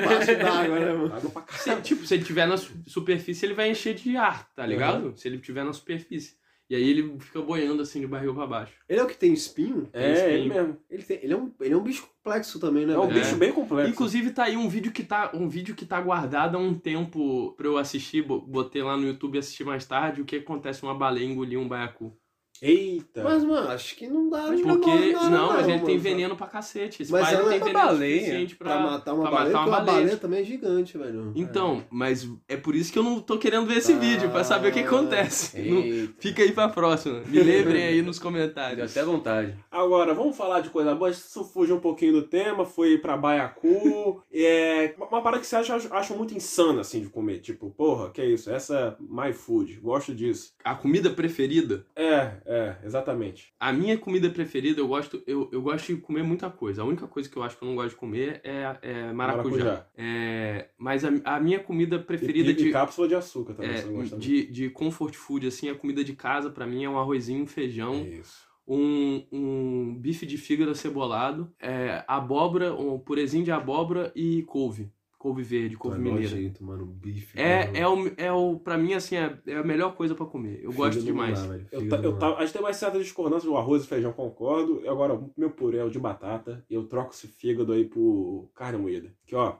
Speaker 3: embaixo d'água, né, mano?
Speaker 2: Água pra caralho.
Speaker 4: Se, tipo, se ele tiver na su- superfície, ele vai encher de ar, tá ligado? Se ele tiver na superfície. E aí ele fica boiando assim de barril pra baixo.
Speaker 3: Ele é o que tem espinho?
Speaker 2: É,
Speaker 4: Tem
Speaker 2: ele
Speaker 4: espinho.
Speaker 2: mesmo.
Speaker 3: Ele, tem- ele é, um, ele é um bicho complexo também, né?
Speaker 2: É um
Speaker 3: velho?
Speaker 2: bicho bem complexo.
Speaker 4: Inclusive tá aí um vídeo que tá um vídeo que tá guardado há um tempo pra eu assistir, bo- botei lá no YouTube e assistir mais tarde, o que acontece uma baleia engolir um baiacu.
Speaker 2: Eita.
Speaker 3: É. Mas, mano, acho que não dá.
Speaker 4: Mas
Speaker 3: não dá-
Speaker 4: porque
Speaker 3: dá-
Speaker 4: não,
Speaker 3: dá-
Speaker 4: mas
Speaker 3: dá,
Speaker 4: ele tem
Speaker 3: mano.
Speaker 4: veneno pra cacete. Esse
Speaker 3: Mas
Speaker 4: pai não
Speaker 3: ela
Speaker 4: tem
Speaker 3: é uma tá
Speaker 4: veneno
Speaker 5: baleia.
Speaker 4: suficiente pra,
Speaker 3: Pra matar uma
Speaker 4: pra matar
Speaker 3: baleia, porque
Speaker 4: uma
Speaker 3: uma
Speaker 4: baleia.
Speaker 3: baleia também é gigante, velho.
Speaker 4: Então, mas é por isso que eu não tô querendo ver esse
Speaker 3: Ah,
Speaker 4: vídeo, pra saber o que
Speaker 3: É,
Speaker 4: acontece. Não-
Speaker 3: eita.
Speaker 4: fica aí pra próxima. Me lembrem aí nos
Speaker 5: Deu
Speaker 4: comentários.
Speaker 5: até vontade.
Speaker 2: Agora, vamos falar de coisa boa. Isso fugiu um pouquinho do tema, foi pra Baiacu. (laughs) é uma uma parada que vocês acham, acham muito insana, assim, de comer. Tipo, porra, que isso? Essa é my food. Gosto disso.
Speaker 4: A comida preferida?
Speaker 2: É, é, exatamente.
Speaker 4: A minha comida preferida, eu gosto, eu, eu gosto de comer muita coisa. A única coisa que eu acho que eu não gosto de comer é, é maracujá. É, mas a, a minha comida preferida
Speaker 2: E, de...
Speaker 4: de,
Speaker 2: cápsula de açúcar também,
Speaker 4: é,
Speaker 2: né? você gosta muito.
Speaker 4: de, de comfort food, assim, a comida de casa, pra mim, é um arrozinho, um feijão,
Speaker 2: Isso.
Speaker 4: um, um bife de fígado cebolado, é, abóbora, um purezinho de abóbora e couve. Couve verde, couve
Speaker 3: Mano,
Speaker 4: mineira.
Speaker 3: é nojento, mano, bife. mano.
Speaker 4: É, é, o, é o, pra mim, assim, é, é a melhor coisa pra comer. Eu
Speaker 3: Fígado
Speaker 4: gosto
Speaker 3: não
Speaker 4: demais.
Speaker 3: dá, né? velho,
Speaker 2: Eu,
Speaker 3: fígado
Speaker 2: ta- eu
Speaker 3: não dá.
Speaker 2: tava- a gente tem mais certa discordância do arroz e feijão, concordo. Agora, o meu purê é o de batata. E eu troco esse fígado aí por carne moída. Que, ó,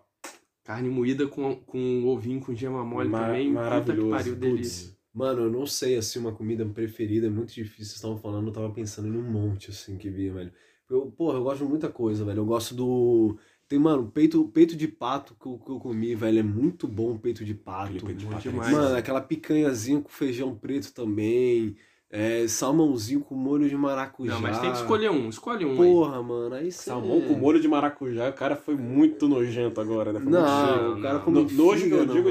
Speaker 4: Carne moída com, com ovinho, com gema mole
Speaker 2: ma-
Speaker 4: também. Puta que
Speaker 2: maravilhoso.
Speaker 4: pariu,
Speaker 2: Putz.
Speaker 4: delícia.
Speaker 3: Mano, eu não sei, assim, uma comida preferida, é muito difícil. Vocês estavam falando, eu tava pensando em um monte, assim, que vinha, velho. Eu, porra, eu gosto de muita coisa, velho. Eu gosto do. Tem, mano, peito, peito de pato que eu, que eu comi, velho. É muito bom o peito de pato.
Speaker 2: Aquele peito de
Speaker 4: bom
Speaker 2: pato é
Speaker 4: demais.
Speaker 3: Mano, aquela picanhazinha com feijão preto também. É, salmãozinho com molho de maracujá.
Speaker 4: Não, mas tem que escolher um. Escolhe um aí.
Speaker 3: Porra, mano, aí cê...
Speaker 2: Salmão
Speaker 4: é.
Speaker 2: com molho de maracujá, o cara foi muito nojento agora, né? Foi muito
Speaker 3: Não,
Speaker 2: cheio.
Speaker 3: o cara
Speaker 4: não.
Speaker 3: come
Speaker 2: No- nojo que eu
Speaker 3: fígado,
Speaker 2: digo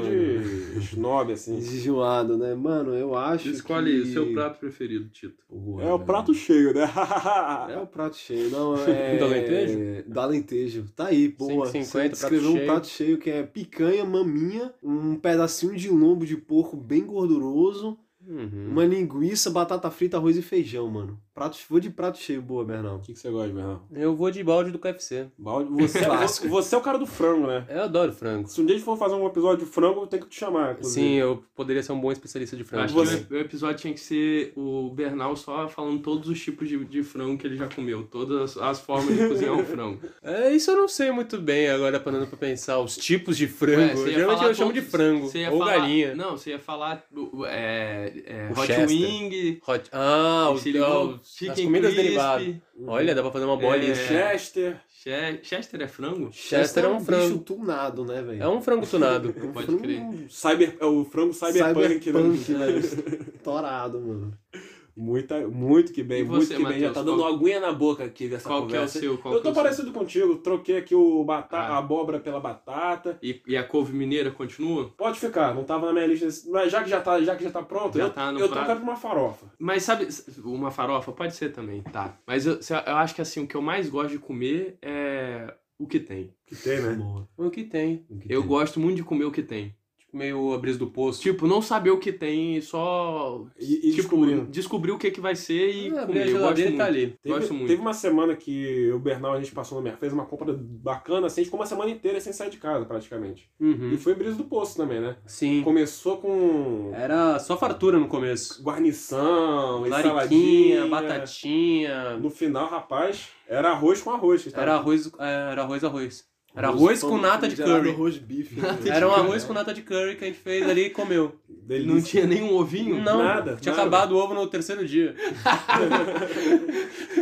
Speaker 2: de
Speaker 3: mano.
Speaker 2: snob, assim.
Speaker 3: Enjoado, né? Mano, eu acho
Speaker 4: Escolhe
Speaker 3: que...
Speaker 4: o seu prato preferido, Tito.
Speaker 3: Porra,
Speaker 2: É o
Speaker 3: velho.
Speaker 2: prato cheio, né? (laughs)
Speaker 3: É o prato cheio,
Speaker 5: (laughs)
Speaker 3: não é.
Speaker 5: Do Alentejo?
Speaker 3: Do Alentejo. Tá aí, boa.
Speaker 5: 5,50,
Speaker 3: Você descreveu
Speaker 5: prato
Speaker 3: um
Speaker 5: cheio.
Speaker 3: prato cheio que é picanha, maminha, um pedacinho de lombo de porco bem gorduroso, uma linguiça, batata frita, arroz e feijão, mano. Prato, vou de prato cheio, boa, Bernal.
Speaker 2: O que, que você gosta, Bernardo?
Speaker 5: Eu vou de balde do KFC.
Speaker 2: Balde,
Speaker 4: (laughs)
Speaker 2: você,
Speaker 3: Clássico.
Speaker 2: você é o cara do frango, né?
Speaker 5: Eu adoro frango.
Speaker 2: Se um dia a gente for fazer um episódio de frango, eu tenho que te chamar,
Speaker 5: Sim,
Speaker 2: inclusive.
Speaker 5: eu poderia ser um bom especialista de
Speaker 4: Eu
Speaker 5: frango.
Speaker 4: Acho
Speaker 2: Você-
Speaker 4: que o episódio tinha que ser o Bernal só falando todos os tipos de, de frango que ele já comeu, todas as formas de cozinhar um frango.
Speaker 5: É, isso eu não sei muito bem agora, parando pra pensar. Os tipos de
Speaker 4: É,
Speaker 5: frango.
Speaker 4: você ia
Speaker 5: Geralmente
Speaker 4: falar
Speaker 5: eu chamo de
Speaker 4: todos-
Speaker 5: frango.
Speaker 4: você ia
Speaker 5: Ou
Speaker 4: falar-
Speaker 5: galinha.
Speaker 4: Não, você ia falar o- o- é, é,
Speaker 5: O
Speaker 4: hot
Speaker 5: Chester.
Speaker 4: wing,
Speaker 5: Hot- Ah, os,
Speaker 4: se ligou,
Speaker 5: ah, os-
Speaker 4: chicken
Speaker 5: as comidas
Speaker 4: crispy.
Speaker 5: derivadas. Olha, dá pra fazer uma
Speaker 4: É.
Speaker 5: bolinha.
Speaker 2: Chester.
Speaker 4: Che- Chester é frango?
Speaker 5: Chester é um
Speaker 3: bicho
Speaker 5: frango.
Speaker 3: tunado, né, velho?
Speaker 5: É um frango tunado.
Speaker 3: É um
Speaker 4: Pode
Speaker 3: frango
Speaker 4: crer.
Speaker 2: Cyber, é o frango cyberpunk,
Speaker 3: cyberpunk,
Speaker 2: né?
Speaker 3: velho. Torado, mano.
Speaker 2: (laughs) Muita, muito que bem,
Speaker 4: E
Speaker 2: muito que
Speaker 4: você,
Speaker 2: bem. Já
Speaker 4: Matheus,
Speaker 2: tá dando
Speaker 4: qual-
Speaker 2: uma aguinha na boca aqui dessa
Speaker 4: Qual que é o
Speaker 2: conversa.
Speaker 4: seu? Qual
Speaker 2: eu
Speaker 4: que
Speaker 2: tô
Speaker 4: é o seu?
Speaker 2: parecido contigo, troquei aqui o bata-
Speaker 4: Ah.
Speaker 2: a abóbora pela batata.
Speaker 4: E, e a couve mineira continua?
Speaker 2: Pode ficar, não tava na minha lista. desse- Mas já que já tá, já que já tá pronto,
Speaker 4: Já
Speaker 2: eu,
Speaker 4: tá no
Speaker 2: eu
Speaker 4: prato.
Speaker 2: tô quero uma farofa.
Speaker 4: Mas sabe, uma farofa pode ser também, tá. Mas eu, eu acho que assim, o que eu mais gosto de comer é o que tem.
Speaker 2: Que tem,
Speaker 3: Boa.
Speaker 5: o que tem?
Speaker 3: O que
Speaker 4: Eu
Speaker 3: tem?
Speaker 4: gosto muito de comer o que tem.
Speaker 5: Tipo, meio a brisa do poço.
Speaker 4: Tipo, não saber o que tem e só.
Speaker 2: E- e
Speaker 4: tipo,
Speaker 2: descobrindo.
Speaker 4: descobrir o que, que vai ser e
Speaker 5: Ah, abrir a
Speaker 4: comer. tipo, Eu gosto
Speaker 5: geladeira e
Speaker 4: muito.
Speaker 5: tá ali.
Speaker 2: Teve,
Speaker 4: Gosto muito.
Speaker 2: teve uma semana que eu e o Bernal a gente passou no mercado, fez uma compra bacana, assim, a gente ficou uma semana inteira sem sair de casa, praticamente.
Speaker 5: Uhum.
Speaker 2: E
Speaker 4: Hum.
Speaker 2: foi brisa do poço também, né?
Speaker 5: Sim.
Speaker 2: Começou com
Speaker 5: Era só fartura no começo.
Speaker 2: guarnição, e
Speaker 5: Lariquinha,
Speaker 2: saladinha.
Speaker 5: batatinha.
Speaker 2: No final, rapaz, era arroz com arroz. que
Speaker 5: Era
Speaker 2: tava-
Speaker 5: arroz, é, era arroz, arroz. Era arroz com nata de
Speaker 3: Geraldo
Speaker 5: curry.
Speaker 3: Arroz
Speaker 5: (laughs)
Speaker 3: bife. né, velho?
Speaker 5: Era um arroz com nata de curry que a gente fez ali e comeu.
Speaker 2: Delícia.
Speaker 4: Não tinha nenhum ovinho?
Speaker 5: Não,
Speaker 2: nada,
Speaker 5: tinha
Speaker 2: nada.
Speaker 5: acabado o ovo no terceiro dia.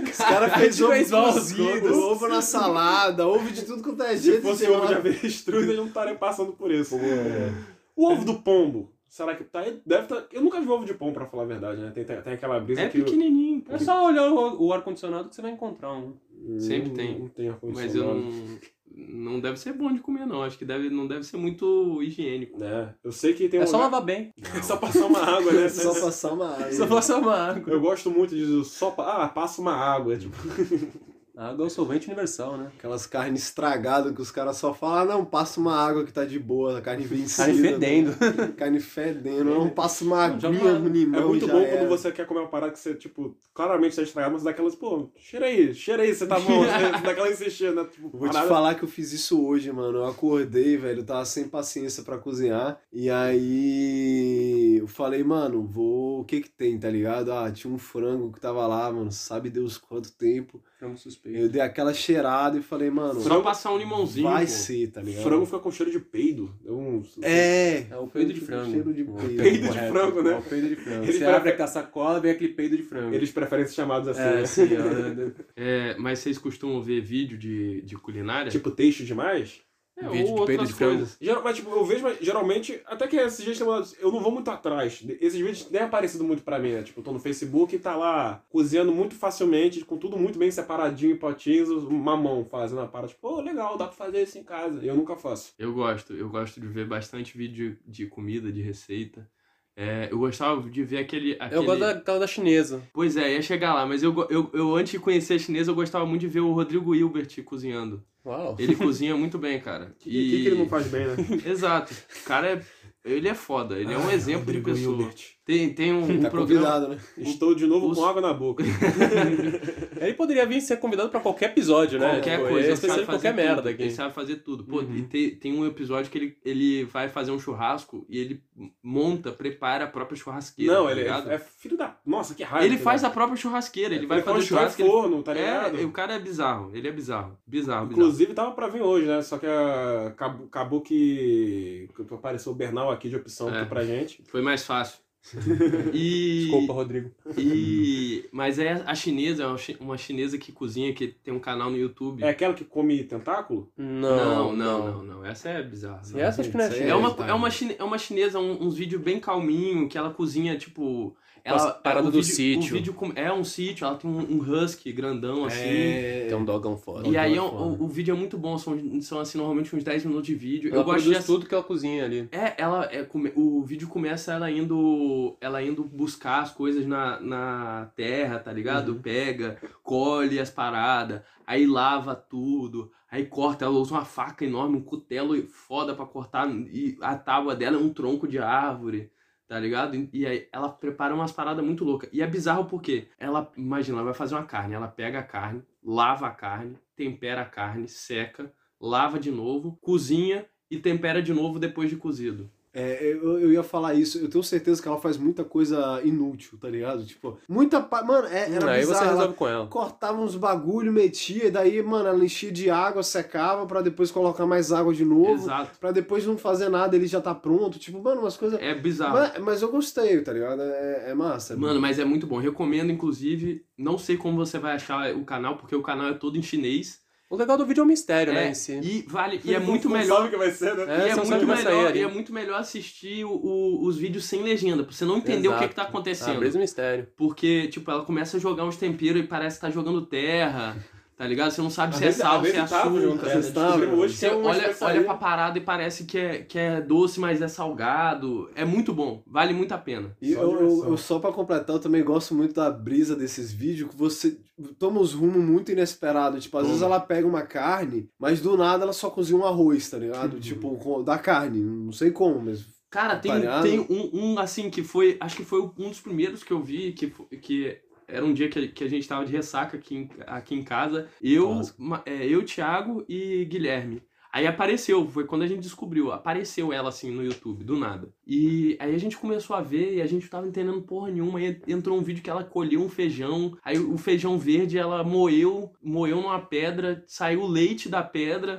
Speaker 3: Os caras fez
Speaker 5: A gente
Speaker 3: ovo
Speaker 5: fez ovos
Speaker 3: cozido,
Speaker 5: cozidos.
Speaker 3: ovo na salada, ovo de tudo quanto
Speaker 2: (laughs)
Speaker 3: é
Speaker 2: Se
Speaker 3: jeito.
Speaker 2: fosse
Speaker 3: sei
Speaker 2: ovo de
Speaker 3: lá.
Speaker 2: avestruz, eles não estariam passando por isso. O ovo do pombo. Será que tá? Deve tá... Eu nunca vi ovo de pombo, pra falar a verdade, né? Tem, tem, tem aquela brisa
Speaker 4: É
Speaker 2: que...
Speaker 4: pequenininho. pô.
Speaker 5: É só olhar o, o ar-condicionado que você vai encontrar um.
Speaker 2: Não-
Speaker 4: Sempre tem.
Speaker 2: hum, Não tem
Speaker 4: Mas eu
Speaker 2: ar-condicionado.
Speaker 4: não. Não deve ser bom de comer, não. Acho que deve, não deve ser muito higiênico.
Speaker 2: É, eu sei que tem
Speaker 5: É
Speaker 2: um
Speaker 5: só
Speaker 2: lugar-
Speaker 5: lavar bem.
Speaker 2: É (laughs) só passar uma água, né?
Speaker 3: (laughs) Só passar é uma água.
Speaker 5: Só passar uma água.
Speaker 2: Eu gosto muito disso. Só pa... Ah, passa uma água. é Tipo...
Speaker 5: Água é o solvente universal, né?
Speaker 3: Aquelas carnes estragadas que os caras só falam, ah, não, passa uma água que tá de boa,
Speaker 2: (laughs)
Speaker 3: a carne vencida.
Speaker 5: Carne fedendo.
Speaker 3: né? Carne fedendo. Não, passa uma
Speaker 5: Não, já
Speaker 3: aguinha
Speaker 5: uma-
Speaker 3: com limão
Speaker 2: É muito
Speaker 3: já
Speaker 2: bom
Speaker 3: era.
Speaker 2: quando você quer comer uma parada que você, tipo, claramente tá estragada, mas dá aquelas, pô, cheira aí, cheira aí, você tá
Speaker 3: (laughs)
Speaker 2: bom. Você dá aquela insistida, né? Tipo,
Speaker 3: Vou te
Speaker 2: parada-
Speaker 3: falar que eu fiz isso hoje, mano. Eu acordei, velho, eu tava sem paciência pra cozinhar. E aí eu falei, mano, vou. O que que tem, tá ligado? Ah, tinha um frango que tava lá, mano, sabe Deus quanto tempo.
Speaker 5: Frango suspeito.
Speaker 3: Eu dei aquela cheirada e falei, mano,
Speaker 4: Só passar um limãozinho.
Speaker 3: vai
Speaker 4: pô.
Speaker 3: ser, tá ligado?
Speaker 2: Frango fica com cheiro de peido. É um-
Speaker 3: É,
Speaker 5: É o peido de
Speaker 3: Cheiro
Speaker 5: frango.
Speaker 3: de
Speaker 5: O
Speaker 3: peido.
Speaker 2: Peido de
Speaker 5: correto.
Speaker 2: frango, né?
Speaker 5: É o peido de frango.
Speaker 2: Ele
Speaker 5: Você
Speaker 2: parece-
Speaker 5: abre a sacola, vem aquele peido de frango.
Speaker 2: Eles preferem ser chamados assim.
Speaker 5: É,
Speaker 2: né?
Speaker 5: sim, ó.
Speaker 4: É, mas vocês costumam ver vídeo de, de
Speaker 3: É.
Speaker 4: culinária?
Speaker 2: Tipo, texto demais.
Speaker 4: é,
Speaker 5: vídeo de
Speaker 4: ou outras
Speaker 5: peido de frango.
Speaker 4: coisas.
Speaker 2: Geral- mas, tipo, eu vejo, mas geralmente, até que esses dias tem uma- eu não vou muito atrás. Esses vídeos têm aparecido muito pra mim, né? Tipo, eu tô no Facebook e tá lá cozinhando muito facilmente, com tudo muito bem separadinho em potinhos, uma mão fazendo a parada. Tipo, ô, legal, dá pra fazer isso em casa. Eu nunca faço.
Speaker 4: Eu gosto, eu gosto de ver bastante vídeo de comida, de receita. É, eu gostava de ver aquele. aquele...
Speaker 5: Eu gosto daquela da chinesa.
Speaker 4: Pois é, ia chegar lá, mas eu, go- eu, eu antes de conhecer a chinesa, eu gostava muito de ver o Rodrigo Hilbert cozinhando.
Speaker 5: Uau.
Speaker 4: Ele cozinha muito bem, cara.
Speaker 2: O que, que- que ele não faz
Speaker 3: (laughs)
Speaker 2: bem, né?
Speaker 4: Exato. O cara é. Ele é foda, ele é um exemplo de
Speaker 2: Rodrigo
Speaker 4: pessoa.
Speaker 2: Hilbert.
Speaker 4: Tem, tem um, um
Speaker 3: Tá
Speaker 4: programa.
Speaker 3: convidado, né?
Speaker 2: Estou de novo
Speaker 4: Os-
Speaker 2: com água na
Speaker 4: (laughs)
Speaker 2: boca.
Speaker 5: Ele poderia vir ser convidado pra qualquer episódio, né?
Speaker 4: Qualquer
Speaker 5: Tipo,
Speaker 4: coisa, ele
Speaker 5: Ele é
Speaker 4: sabe
Speaker 5: especialista
Speaker 4: fazer
Speaker 5: em qualquer
Speaker 4: tudo.
Speaker 5: merda aqui.
Speaker 4: Ele sabe fazer tudo. Pô,
Speaker 5: Uhum.
Speaker 4: e tem, tem um episódio que ele, ele vai fazer um churrasco e ele monta, prepara a própria churrasqueira.
Speaker 2: Não,
Speaker 4: tá
Speaker 2: ele
Speaker 4: ligado?
Speaker 2: é, é filho da. Nossa, que raiva.
Speaker 4: Ele
Speaker 2: tá
Speaker 4: faz a
Speaker 2: ligado?
Speaker 4: própria churrasqueira, ele vai fazer
Speaker 2: constrói
Speaker 4: churrasco. ele-
Speaker 2: forno, tá ligado?
Speaker 4: É, o cara é bizarro, ele é bizarro. Bizarro, bizarro.
Speaker 2: Inclusive tava pra vir hoje, né? Só que ah, acabou, acabou que que apareceu o Bernal aqui de opção
Speaker 4: É.
Speaker 2: aqui pra gente.
Speaker 4: Foi mais fácil. E,
Speaker 5: Desculpa, Rodrigo.
Speaker 4: e mas é a chinesa, é uma chi- uma chinesa que cozinha, que tem um canal no YouTube.
Speaker 2: É aquela que come tentáculo?
Speaker 5: Não,
Speaker 4: não, não, não. Essa é bizarra.
Speaker 5: Sim, essa acho que não é
Speaker 3: Isso aí
Speaker 4: É
Speaker 5: chinesa.
Speaker 4: uma,
Speaker 3: tá.
Speaker 4: é, uma chine- é uma chinesa, um- uns vídeos bem calminho, que ela cozinha, tipo. Ela,
Speaker 5: As paradas
Speaker 4: o
Speaker 5: do
Speaker 4: vídeo-
Speaker 5: sítio.
Speaker 4: o vídeo com- é um sítio, ela tem um, um husky grandão assim.
Speaker 3: É.
Speaker 5: Tem um dogão foda.
Speaker 4: E aí
Speaker 3: é
Speaker 4: o,
Speaker 3: foda.
Speaker 4: o- o vídeo é muito bom, são, são assim, normalmente uns 10 minutos de vídeo.
Speaker 5: Ela
Speaker 4: Eu gosto
Speaker 5: produz
Speaker 4: de
Speaker 5: tudo que ela cozinha ali.
Speaker 4: É, ela é, come- o vídeo começa ela indo, ela indo buscar as coisas na, na terra, tá ligado? Pega, colhe as paradas, aí lava tudo, aí corta, ela usa uma faca enorme, um cutelo foda pra cortar, e a tábua dela é um tronco de árvore, tá ligado? E, e aí ela prepara umas paradas muito loucas. E é bizarro porque ela, imagina, ela vai fazer uma carne, ela pega a carne, lava a carne, tempera a carne, seca, lava de novo, cozinha e tempera de novo depois de cozido.
Speaker 3: É, eu, eu ia falar isso. Eu tenho certeza que ela faz muita coisa inútil, tá ligado? Tipo, muita. pa- Mano, é, era
Speaker 5: Hum, aí você
Speaker 3: bizarro. Ela
Speaker 5: resolve com ela.
Speaker 3: cortava uns bagulho, metia, e daí, mano, ela enchia de água, secava, pra depois colocar mais água de novo.
Speaker 4: Exato.
Speaker 3: Pra depois não fazer nada, ele já tá pronto. Tipo, mano, umas coisas.
Speaker 4: É bizarro.
Speaker 3: Mas, mas eu gostei, tá ligado? É, é massa.
Speaker 4: Mano, mas é muito bom. Recomendo, inclusive. Não sei como você vai achar o canal, porque o canal é todo em chinês.
Speaker 5: O legal do vídeo é o mistério, né,
Speaker 4: É,
Speaker 5: em si.
Speaker 4: e vale. E é
Speaker 2: Não-
Speaker 4: muito
Speaker 2: não
Speaker 4: melhor.
Speaker 2: Sabe o que vai ser, né?
Speaker 5: É,
Speaker 4: e, é
Speaker 5: você não sabe
Speaker 4: muito
Speaker 5: o que vai sair
Speaker 4: melhor,
Speaker 5: ali.
Speaker 4: e é muito melhor assistir o- o- os vídeos sem legenda, pra você não entender o que,
Speaker 5: Exato.
Speaker 4: que tá
Speaker 5: Ah,
Speaker 4: acontecendo.
Speaker 5: mesmo mistério.
Speaker 4: porque, tipo, ela começa a jogar uns temperos e parece que tá jogando terra, tá ligado? Você não sabe
Speaker 2: Às
Speaker 4: se
Speaker 2: vezes-
Speaker 4: é
Speaker 2: às
Speaker 4: sal, se é
Speaker 2: vezes tava junto,
Speaker 4: açúcar.
Speaker 2: né?
Speaker 3: vocês
Speaker 2: Descobrimos
Speaker 3: estavam.
Speaker 2: hoje que
Speaker 4: Você
Speaker 2: é uma
Speaker 4: olha,
Speaker 2: especiaria.
Speaker 4: olha pra parada e parece que é, que é doce, mas é salgado. É muito bom, vale muito a pena.
Speaker 3: E
Speaker 2: Só
Speaker 3: eu,
Speaker 2: diversão.
Speaker 3: eu- eu só pra completar, eu também gosto muito da brisa desses vídeos, que você toma uns rumos muito inesperados. Tipo, às
Speaker 4: Toma.
Speaker 3: vezes ela pega uma carne, mas do nada ela só cozinha um arroz, tá
Speaker 2: Uhum.
Speaker 3: ligado? tipo, com- da carne. Não sei como, mas.
Speaker 2: (laughs)
Speaker 4: Cara, tem,
Speaker 3: Palhaço.
Speaker 4: tem um, um, assim, que foi. Acho que foi um dos primeiros que eu vi, que, fo- que era um dia que, que a gente tava de ressaca aqui em, aqui em casa. Eu,
Speaker 3: Clássico.
Speaker 4: ma- é, eu, Thiago e Guilherme. Aí apareceu, foi quando a gente descobriu. Apareceu ela assim no YouTube, do nada. E aí a gente começou a ver e a gente não tava entendendo porra nenhuma. Aí entrou um vídeo que ela colheu um feijão. Aí o feijão verde ela moeu, moeu numa pedra, saiu o leite da pedra.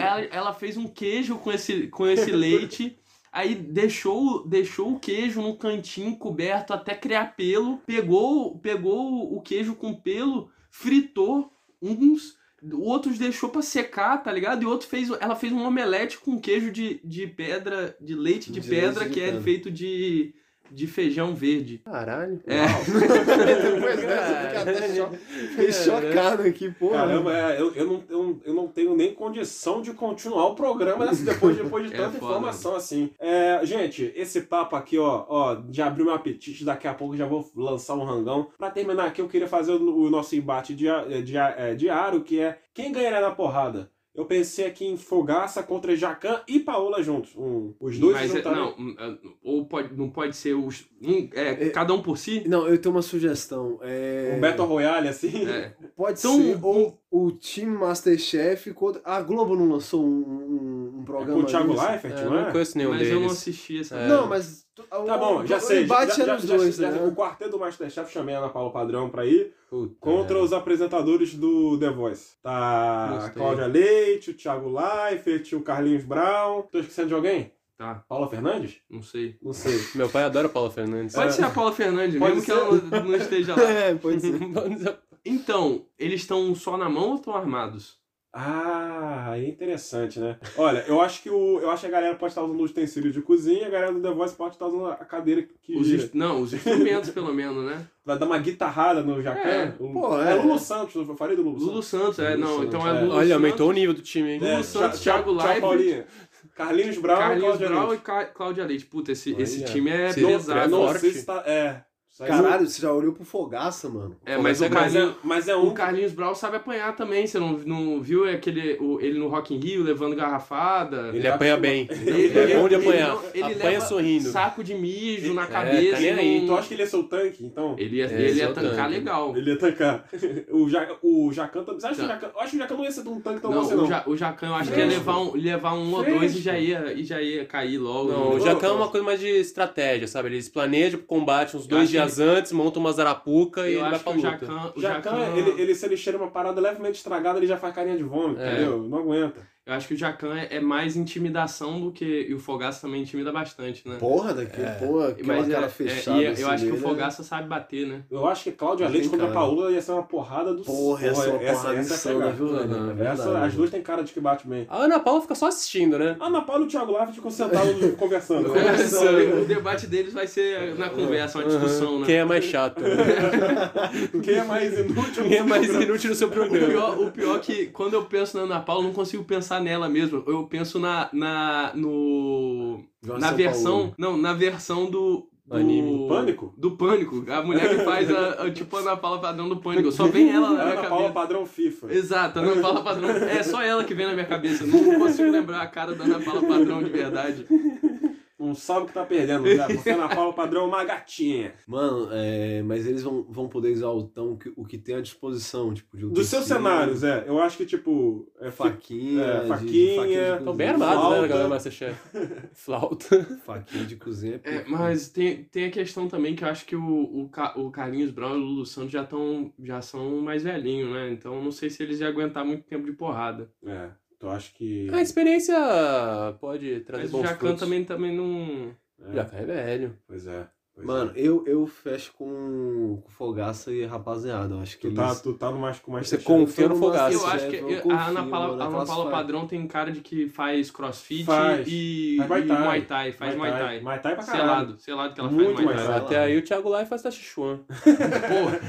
Speaker 4: ela, ela fez um queijo com esse, com esse leite. Aí deixou, deixou o queijo num cantinho coberto até criar pelo, pegou, pegou o queijo com pelo, fritou uns, outros deixou pra secar, tá ligado? E outro fez, ela fez um omelete com queijo de, de pedra, de leite de,
Speaker 3: De leite
Speaker 4: pedra,
Speaker 3: de
Speaker 4: que é
Speaker 3: pedra.
Speaker 4: feito de, de feijão verde.
Speaker 5: Caralho.
Speaker 4: É.
Speaker 3: Depois dessa, eu fiquei até cho- fiquei chocado aqui, porra.
Speaker 2: Caramba, é, eu, eu não, eu, não- eu não tenho nem condição de continuar o programa nessa- depois, depois de
Speaker 4: (laughs) É
Speaker 2: tanta
Speaker 4: foda.
Speaker 2: informação assim. É, gente, esse papo aqui, ó, ó, já abriu meu apetite, daqui a pouco eu já vou lançar um rangão. Pra terminar aqui, eu queria fazer o, o nosso embate dia- eh, dia- eh, diário, que é quem ganhará na porrada? Eu pensei aqui em Fogaça contra Jacan e Paola juntos. Um, os dois
Speaker 4: Mas é-
Speaker 2: juntaram.
Speaker 4: não, é, ou pode, não pode ser os. Um, é,
Speaker 3: É.
Speaker 4: cada um por si?
Speaker 3: Não, eu tenho uma sugestão. É...
Speaker 2: Um Battle um- Royale, assim.
Speaker 4: É.
Speaker 3: Pode
Speaker 4: Então,
Speaker 3: ser ou o time Masterchef contra. A Globo não lançou um, um, um
Speaker 2: É (laughs)
Speaker 3: programa.
Speaker 2: com o Thiago
Speaker 3: disso?
Speaker 2: Leifert,
Speaker 5: É, eu
Speaker 2: não
Speaker 5: não
Speaker 2: é?
Speaker 5: conheço nenhum
Speaker 4: Mas eu não
Speaker 5: deles.
Speaker 4: assisti essa.
Speaker 5: É.
Speaker 3: Não, mas. tu-
Speaker 2: Tá bom, já sei.
Speaker 3: Bate
Speaker 2: já, já,
Speaker 3: nos
Speaker 2: já-
Speaker 3: dois,
Speaker 2: já-
Speaker 3: né?
Speaker 2: O quarteto do Masterchef chamei a Ana Paula Padrão pra ir.
Speaker 3: Puta,
Speaker 2: Contra
Speaker 4: É.
Speaker 2: os apresentadores do The Voice. Tá a
Speaker 5: Gostei.
Speaker 2: Cláudia Leite, o Thiago Leifert, o Carlinhos Brown. Tô esquecendo de alguém?
Speaker 4: Tá,
Speaker 2: Paula Fernandes?
Speaker 4: não sei.
Speaker 2: Não sei.
Speaker 5: é. Meu pai adora Paula Fernandes.
Speaker 4: Pode
Speaker 5: (laughs)
Speaker 4: ser a Paula Fernandes,
Speaker 2: Pode
Speaker 4: mesmo que
Speaker 2: ser.
Speaker 4: ela não esteja lá.
Speaker 3: (laughs) É, pode ser.
Speaker 4: Então, eles estão só na mão ou estão armados?
Speaker 2: Ah, é interessante, né? Olha, eu acho que o, eu acho que a galera pode estar usando os utensílios de cozinha, a galera do The Voice pode estar usando a cadeira que
Speaker 4: Os
Speaker 2: gira.
Speaker 4: inst- Não, os instrumentos, pelo menos, né?
Speaker 2: vai dar uma guitarrada no Jacan.
Speaker 4: É,
Speaker 2: O-
Speaker 3: pô,
Speaker 2: é,
Speaker 3: é.
Speaker 2: Lulu Santos, eu falei do Lulu, Santos.
Speaker 4: Lulu Santos, é,
Speaker 3: Lulu
Speaker 4: não,
Speaker 3: Santos,
Speaker 4: então é
Speaker 2: é.
Speaker 4: Lulu
Speaker 5: Olha, aumentou
Speaker 4: Santos,
Speaker 5: o nível do time, hein?
Speaker 4: Lulu
Speaker 2: É,
Speaker 4: Santos,
Speaker 2: Tchau-
Speaker 4: Thiago
Speaker 2: Tchau,
Speaker 4: Leifert.
Speaker 2: Paulinha. Carlinhos Brown,
Speaker 4: Carlinhos
Speaker 2: Cláudia
Speaker 4: Brown e
Speaker 2: Leite.
Speaker 4: Ca- Cláudia Leite. Puta, esse,
Speaker 3: Olha.
Speaker 4: esse time é
Speaker 5: Seria
Speaker 2: Eu
Speaker 4: pesado.
Speaker 2: não
Speaker 5: forte.
Speaker 2: sei se tá. É. Isso aí-
Speaker 3: Caralho, você já olhou pro Fogaça, mano.
Speaker 4: É, mas
Speaker 5: Mas
Speaker 4: o
Speaker 5: é
Speaker 2: mas
Speaker 4: Carlinhos,
Speaker 2: é, mas é
Speaker 4: o
Speaker 2: um.
Speaker 4: Carlinhos Brown sabe apanhar também. Você não, não viu aquele, o- ele no Rock in Rio levando garrafada?
Speaker 5: Ele apanha bem.
Speaker 2: Ele-
Speaker 5: Ele é bom de
Speaker 4: ele
Speaker 5: apanhar.
Speaker 4: não- ele
Speaker 5: Apanha
Speaker 4: leva
Speaker 5: sorrindo.
Speaker 4: Saco de mijo na
Speaker 5: É,
Speaker 4: cabeça.
Speaker 5: tá nem
Speaker 4: não-
Speaker 5: aí.
Speaker 2: Tu acha que ele é seu tanque, então?
Speaker 4: Ele ia,
Speaker 5: É,
Speaker 4: ele ia
Speaker 5: só
Speaker 4: tancar
Speaker 5: tanque.
Speaker 4: legal.
Speaker 2: Ele ia tancar. O, ja, o Jacan também. Você acha que o
Speaker 4: Tá.
Speaker 2: Jacan. Eu acho que o Jacan não ia ser um tanque tão
Speaker 4: não,
Speaker 2: bom assim,
Speaker 4: o,
Speaker 2: não.
Speaker 4: ja, o Jacan, eu acho que ia
Speaker 2: Fresco.
Speaker 4: levar um, levar um ou
Speaker 2: Fresco.
Speaker 4: dois e já ia, e já ia cair logo.
Speaker 5: Não,
Speaker 2: Não,
Speaker 5: o Jacan é
Speaker 2: não.
Speaker 5: uma coisa mais de estratégia, sabe? Eles planejam o combate uns dois
Speaker 4: acho
Speaker 5: dias antes, montam uma zarapuca e
Speaker 4: eu
Speaker 5: ele vai
Speaker 4: acho que
Speaker 5: pra
Speaker 4: o
Speaker 5: luta.
Speaker 4: Jacan, o
Speaker 2: O Jacan,
Speaker 4: Jacan- é
Speaker 2: ele, ele, se ele cheira uma parada levemente estragada, ele já faz carinha de vômito,
Speaker 5: É.
Speaker 2: entendeu? Não aguenta.
Speaker 4: Eu acho que o Jacan é, é mais intimidação do que. E o Fogaça também intimida bastante, né?
Speaker 3: Porra, daquele, porra, aquela
Speaker 4: Mas é-
Speaker 3: cara
Speaker 4: é,
Speaker 3: fechada.
Speaker 4: e eu-
Speaker 3: assim
Speaker 4: eu acho que o
Speaker 3: dele, né?
Speaker 4: Fogaça sabe bater, né?
Speaker 2: Eu acho que Cláudia
Speaker 3: Não
Speaker 2: Leite
Speaker 3: tem
Speaker 2: contra a
Speaker 3: cara.
Speaker 2: Paula ia ser uma porrada do
Speaker 3: Porra, essa é uma porrada
Speaker 2: essa é a
Speaker 3: insana,
Speaker 2: pegada.
Speaker 3: viu, velho?
Speaker 5: Aham.
Speaker 3: É
Speaker 2: Essa,
Speaker 3: verdade.
Speaker 2: as duas têm cara de que bate bem.
Speaker 5: A Ana Paula fica só assistindo, né?
Speaker 2: Ana Paula e o Thiago Live ficam
Speaker 3: (laughs)
Speaker 2: sentados conversando.
Speaker 4: (laughs)
Speaker 2: né?
Speaker 4: o debate deles vai ser na conversa, uma discussão, né?
Speaker 5: Quem é mais
Speaker 4: (laughs)
Speaker 5: chato?
Speaker 2: (laughs) Quem é mais inútil?
Speaker 5: Quem é mais inútil no seu
Speaker 4: O
Speaker 5: programa?
Speaker 4: pior, o pior é que quando eu penso na Ana Paula, eu não consigo pensar nela mesmo. Eu penso na. na no.
Speaker 3: Jorge
Speaker 4: na
Speaker 3: São
Speaker 4: versão.
Speaker 3: Paulo.
Speaker 4: Não, na versão do. do
Speaker 5: Anime.
Speaker 2: Pânico?
Speaker 4: Do pânico. A mulher que faz a, a- tipo a Ana Paula padrão do pânico. Só vem ela na minha
Speaker 2: Ana Paula
Speaker 4: cabeça.
Speaker 2: padrão FIFA.
Speaker 4: Exato, Ana Paula Padrão. É só ela que vem na minha cabeça. Eu não consigo lembrar a cara da Ana Paula Padrão de verdade.
Speaker 2: Não sabe o que tá perdendo, né? Porque Ana Paula padrão é uma gatinha.
Speaker 3: Mano, é, mas eles vão, vão poder usar o, tão, que- o que tem à disposição, tipo, de
Speaker 2: Dos seus
Speaker 3: utensílio,
Speaker 2: cenários, é. Eu acho que, tipo, é faca.
Speaker 3: Faquinha,
Speaker 2: É,
Speaker 3: de- de
Speaker 2: faquinha.
Speaker 3: faquinha de
Speaker 5: Estão
Speaker 3: cozinha.
Speaker 5: bem armados, né,
Speaker 2: Flauta.
Speaker 5: a galera do
Speaker 4: (laughs)
Speaker 5: Masterchef? Flauta.
Speaker 2: né?
Speaker 3: Faquinha de cozinha.
Speaker 4: É, mas tem, tem a questão também que eu acho que o, o, Ca- o Carlinhos Brown e o Lulu Santos já, tão, já são mais velhinhos, né? Então eu não sei se eles iam aguentar muito tempo de porrada.
Speaker 2: É. Tu acha que.
Speaker 5: A experiência pode trazer
Speaker 4: Mas o
Speaker 5: bons
Speaker 4: Jacan
Speaker 5: frutos.
Speaker 4: também, também não.
Speaker 5: O Jacan é velho.
Speaker 2: Pois é. Pois
Speaker 3: Mano,
Speaker 2: é.
Speaker 3: eu, eu fecho com, com Fogaça e rapaziada. Eu acho que
Speaker 2: Tu
Speaker 3: eles...
Speaker 2: tá, tu tá no mais com mais
Speaker 5: Você
Speaker 2: fechado.
Speaker 5: confia Confio no Fogaça.
Speaker 4: eu
Speaker 5: Esse
Speaker 4: acho que
Speaker 3: eu
Speaker 4: eu-
Speaker 3: confio
Speaker 4: a Ana Paula,
Speaker 2: né?
Speaker 3: na
Speaker 4: a Ana Paula
Speaker 3: classificação.
Speaker 4: Padrão tem cara de que faz crossfit
Speaker 2: Faz.
Speaker 4: e,
Speaker 2: Faz Muay
Speaker 4: e
Speaker 2: Thai.
Speaker 4: Muay Thai. Faz Muay Thai.
Speaker 2: Muay Thai é pra caralho.
Speaker 4: Selado, selado que ela
Speaker 2: Muito
Speaker 4: faz Muay
Speaker 2: mais
Speaker 4: Thai.
Speaker 3: Vai lá.
Speaker 5: Até aí o Thiago tá Lai faz Tachichuan.
Speaker 4: Porra,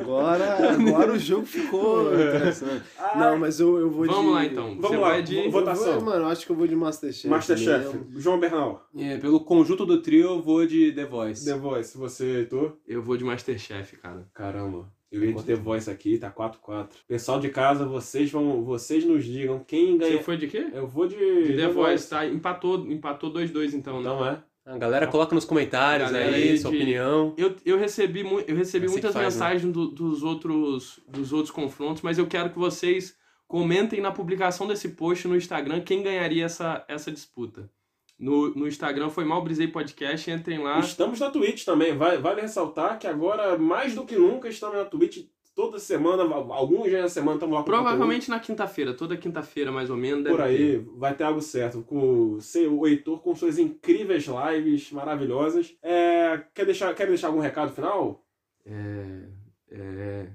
Speaker 3: Agora, agora o jogo ficou interessante.
Speaker 2: Ah,
Speaker 3: Não, mas eu, eu vou de...
Speaker 4: vamos lá então.
Speaker 2: Vamos
Speaker 4: Você
Speaker 2: lá,
Speaker 4: vai de.
Speaker 2: vou- Votação.
Speaker 3: Eu vou- mano, eu acho que eu vou de Masterchef. mesmo.
Speaker 2: Masterchef, João Bernal.
Speaker 5: É, pelo conjunto do trio, eu vou de The Voice.
Speaker 2: The Voice, você, Heitor?
Speaker 4: Eu vou de Masterchef, cara.
Speaker 2: Caramba. Eu ia de The Voice aqui, tá 4x4. Pessoal de casa, vocês vão. Vocês nos digam quem
Speaker 4: Você
Speaker 2: ganha.
Speaker 4: foi de quê?
Speaker 2: Eu vou de.
Speaker 4: De The Voice, tá? Empatou, empatou 2-2 então, né?
Speaker 2: Não é?
Speaker 5: A galera coloca nos comentários
Speaker 4: Galera aí
Speaker 5: aí sua
Speaker 4: de-
Speaker 5: opinião.
Speaker 4: Eu, eu recebi, mu- eu
Speaker 2: é
Speaker 4: recebi
Speaker 5: Assim que
Speaker 4: muitas
Speaker 5: faz, né?
Speaker 4: mensagens do- dos, outros, dos outros confrontos, mas eu quero que vocês comentem na publicação desse post no Instagram quem ganharia essa, essa disputa. No, no Instagram foi Mal Brisei Podcast, entrem lá.
Speaker 2: Estamos na Twitch também. Vai- Vale ressaltar que agora, mais do que nunca, estamos na Twitch toda semana. Alguns dias na semana então estamos lá com
Speaker 4: Provavelmente na quinta-feira, toda quinta-feira mais ou menos. deve
Speaker 2: Por aí, vai ter algo certo. Com o seu- o Heitor com suas incríveis lives maravilhosas. É, quer, deixar, quer deixar algum recado final?
Speaker 4: ter. É, é.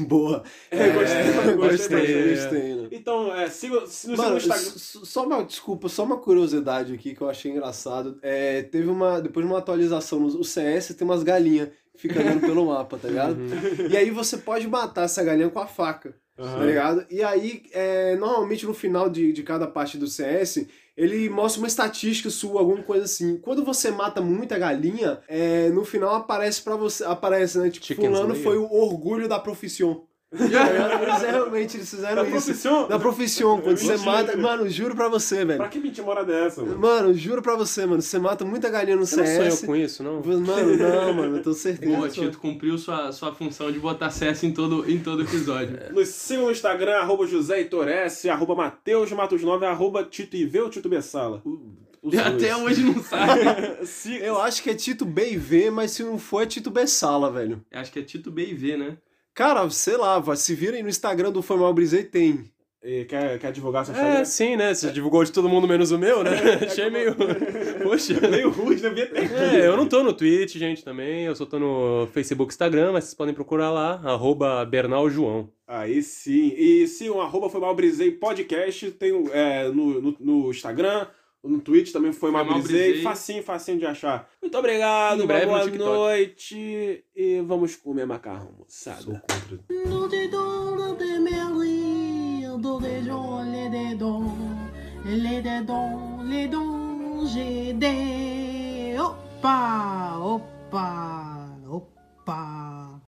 Speaker 3: Boa.
Speaker 2: É, (laughs) gostei,
Speaker 5: gostei.
Speaker 3: gostei, né?
Speaker 2: Então, é, siga, se no
Speaker 3: Mano,
Speaker 2: seu Instagram.
Speaker 3: s- s- só uma desculpa, só uma curiosidade aqui que eu achei engraçado. É, teve uma. Depois de uma atualização no o CS, tem umas galinhas que fica andando pelo mapa, tá ligado?
Speaker 4: Uhum.
Speaker 3: E aí você pode matar essa galinha com a faca,
Speaker 2: Aham.
Speaker 3: tá ligado? E aí, é, normalmente no final de, de cada parte do CS, ele mostra uma estatística sua, alguma coisa assim. Quando você mata muita galinha, é, no final aparece para você. Aparece, né? Tipo,
Speaker 5: Chicken
Speaker 3: fulano
Speaker 5: Slayer.
Speaker 3: foi o orgulho da profissão. Tá ligado? Eles realmente eles
Speaker 2: Da
Speaker 3: fizeram isso.
Speaker 2: profissão?
Speaker 3: Da profissão, quando você
Speaker 2: Mentira.
Speaker 3: mata. Mano, juro pra você,
Speaker 2: Pra
Speaker 3: velho.
Speaker 2: que mentir uma hora dessa, mano?
Speaker 3: Mano, juro pra você, mano. Você mata muita galinha no
Speaker 5: Você não
Speaker 3: CS.
Speaker 5: sonhou com isso, não?
Speaker 3: Mano, não, mano, eu tô certeza.
Speaker 4: Boa, Tito cumpriu sua, sua função de botar CS em todo, em todo episódio.
Speaker 3: É.
Speaker 2: Nos sigam no Instagram, arroba José Heitor S, arroba Matheus Matos 9, arroba Tito Iveu Tito Bessala.
Speaker 3: (laughs) Os
Speaker 2: (laughs)
Speaker 4: Até
Speaker 3: dois.
Speaker 4: hoje não sabe.
Speaker 2: Se-
Speaker 3: Uh, Eu acho que é Tito B e V, mas se não for é Tito Bessala, velho.
Speaker 4: Acho que é Tito B e V, né?
Speaker 3: Cara, sei lá, vai, se virem no Instagram do Foi Mal Brisei, tem.
Speaker 2: Eh, Quer, quer divulgar seu
Speaker 5: É,
Speaker 2: Instagram?
Speaker 5: sim, né? Você divulgou de todo mundo menos o meu, né? Achei meio. (laughs) Poxa.
Speaker 2: (laughs) Meio rude, devia
Speaker 3: (laughs)
Speaker 2: ter.
Speaker 5: É, eu não tô no Twitch, gente, também. Eu só tô no Facebook Instagram, mas vocês podem procurar lá, arroba Bernal João.
Speaker 2: Aí sim. E sim, o arroba foi mal brisei podcast, tem o, é, no, no, no Instagram, no Twitch também foi, mal brisei.
Speaker 4: Brisei.
Speaker 2: Facinho, facinho de achar. Muito obrigado,
Speaker 5: Em
Speaker 2: uma
Speaker 5: breve no
Speaker 2: boa
Speaker 5: TikTok.
Speaker 2: noite e vamos comer macarrão, moçada.
Speaker 3: Sou contra.
Speaker 1: Nos dedans, nos de mes rires, dos dedans, les dedans, les dedans, les dents, j'ai des. Opa, opa.